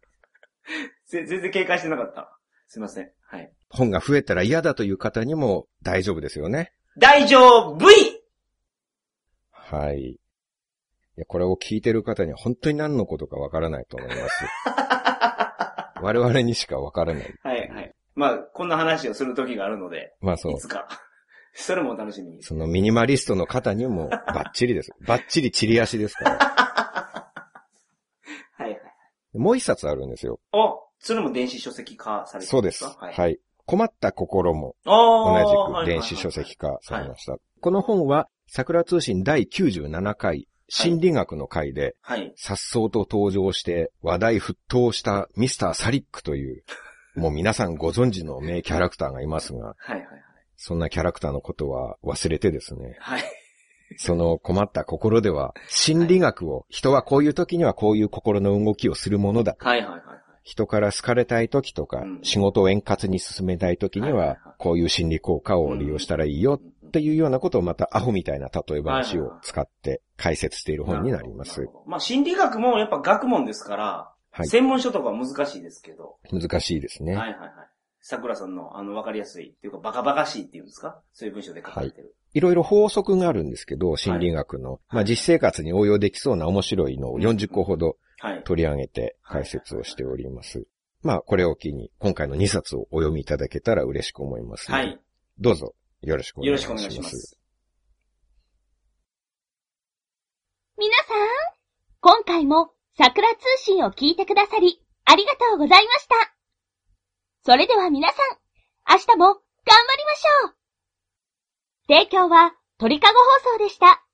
C: ぜ全然警戒してなかった。すいません。はい。
B: 本が増えたら嫌だという方にも大丈夫ですよね。
C: 大丈夫い
B: はい。いや、これを聞いてる方には本当に何のことかわからないと思います。
C: (laughs)
B: 我々にしかわからない。
C: はい、はい。まあ、こんな話をする時があるので、
B: まあそう
C: い。つか。 (laughs) それもお楽しみに。
B: そのミニマリストの方にもバッチリ
C: (laughs)
B: です。バッチリチリ足ですから。
C: はい、はい。
B: もう一冊あるんですよ。
C: お、それも電子書籍化されて
B: そ
C: る
B: うんです。
C: か
B: は、
C: はいい。
B: 困った心も
C: 同
B: 同じく電子書籍化されました。この本は桜通信第97回心理学の回で、
C: はい。
B: さっそうと登場して話題沸騰したミスター・サリックと (laughs) いう、もう皆さんご存知の名キャラクターがいますが、
C: はい、はい、
B: そんなキャラクターのことは忘れてですね、
C: はい。
B: その困った心では、心理学を、人はこういう時にはこういう心の動きをするものだ。
C: はい、はい、はい。はい
B: 人から好かれたい時とか
C: う、ん
B: 仕事を円滑に進めたい時に
C: はいはい
B: は
C: はい、
B: こういう心理効果を利用したらいいよっていうようなことをまたアホみたいな例え話を使って解説している本になりま
C: る
B: す。
C: ほど。まあ、心理学もやっぱ学問ですから、
B: はい
C: 専門書とかは難しいですけど、
B: 難しいですね。
C: はいはいはい。桜さんの、あの、わかりやすい、っていうか、バカバカしいっていうんですかそういう文章で書かれてる。
B: いろいろ法則があるんですけど、心理学の、まあ実生活に応用できそうな面白いのを40個ほど
C: はい。
B: 取り上げて解説をしております。まあこれを機に今回の2冊をお読みいただけたら嬉しく思います。
C: はい。。
B: どうぞよろしくお願
C: よろ
B: い
C: し
B: し
C: くお
B: ま
C: 願
B: す。
C: いします。
A: 皆さん、今回も桜通信を聞いてくださり、ありがとうございました。それでは皆さん、明日も頑張りましょう提供は鳥かご放送でした。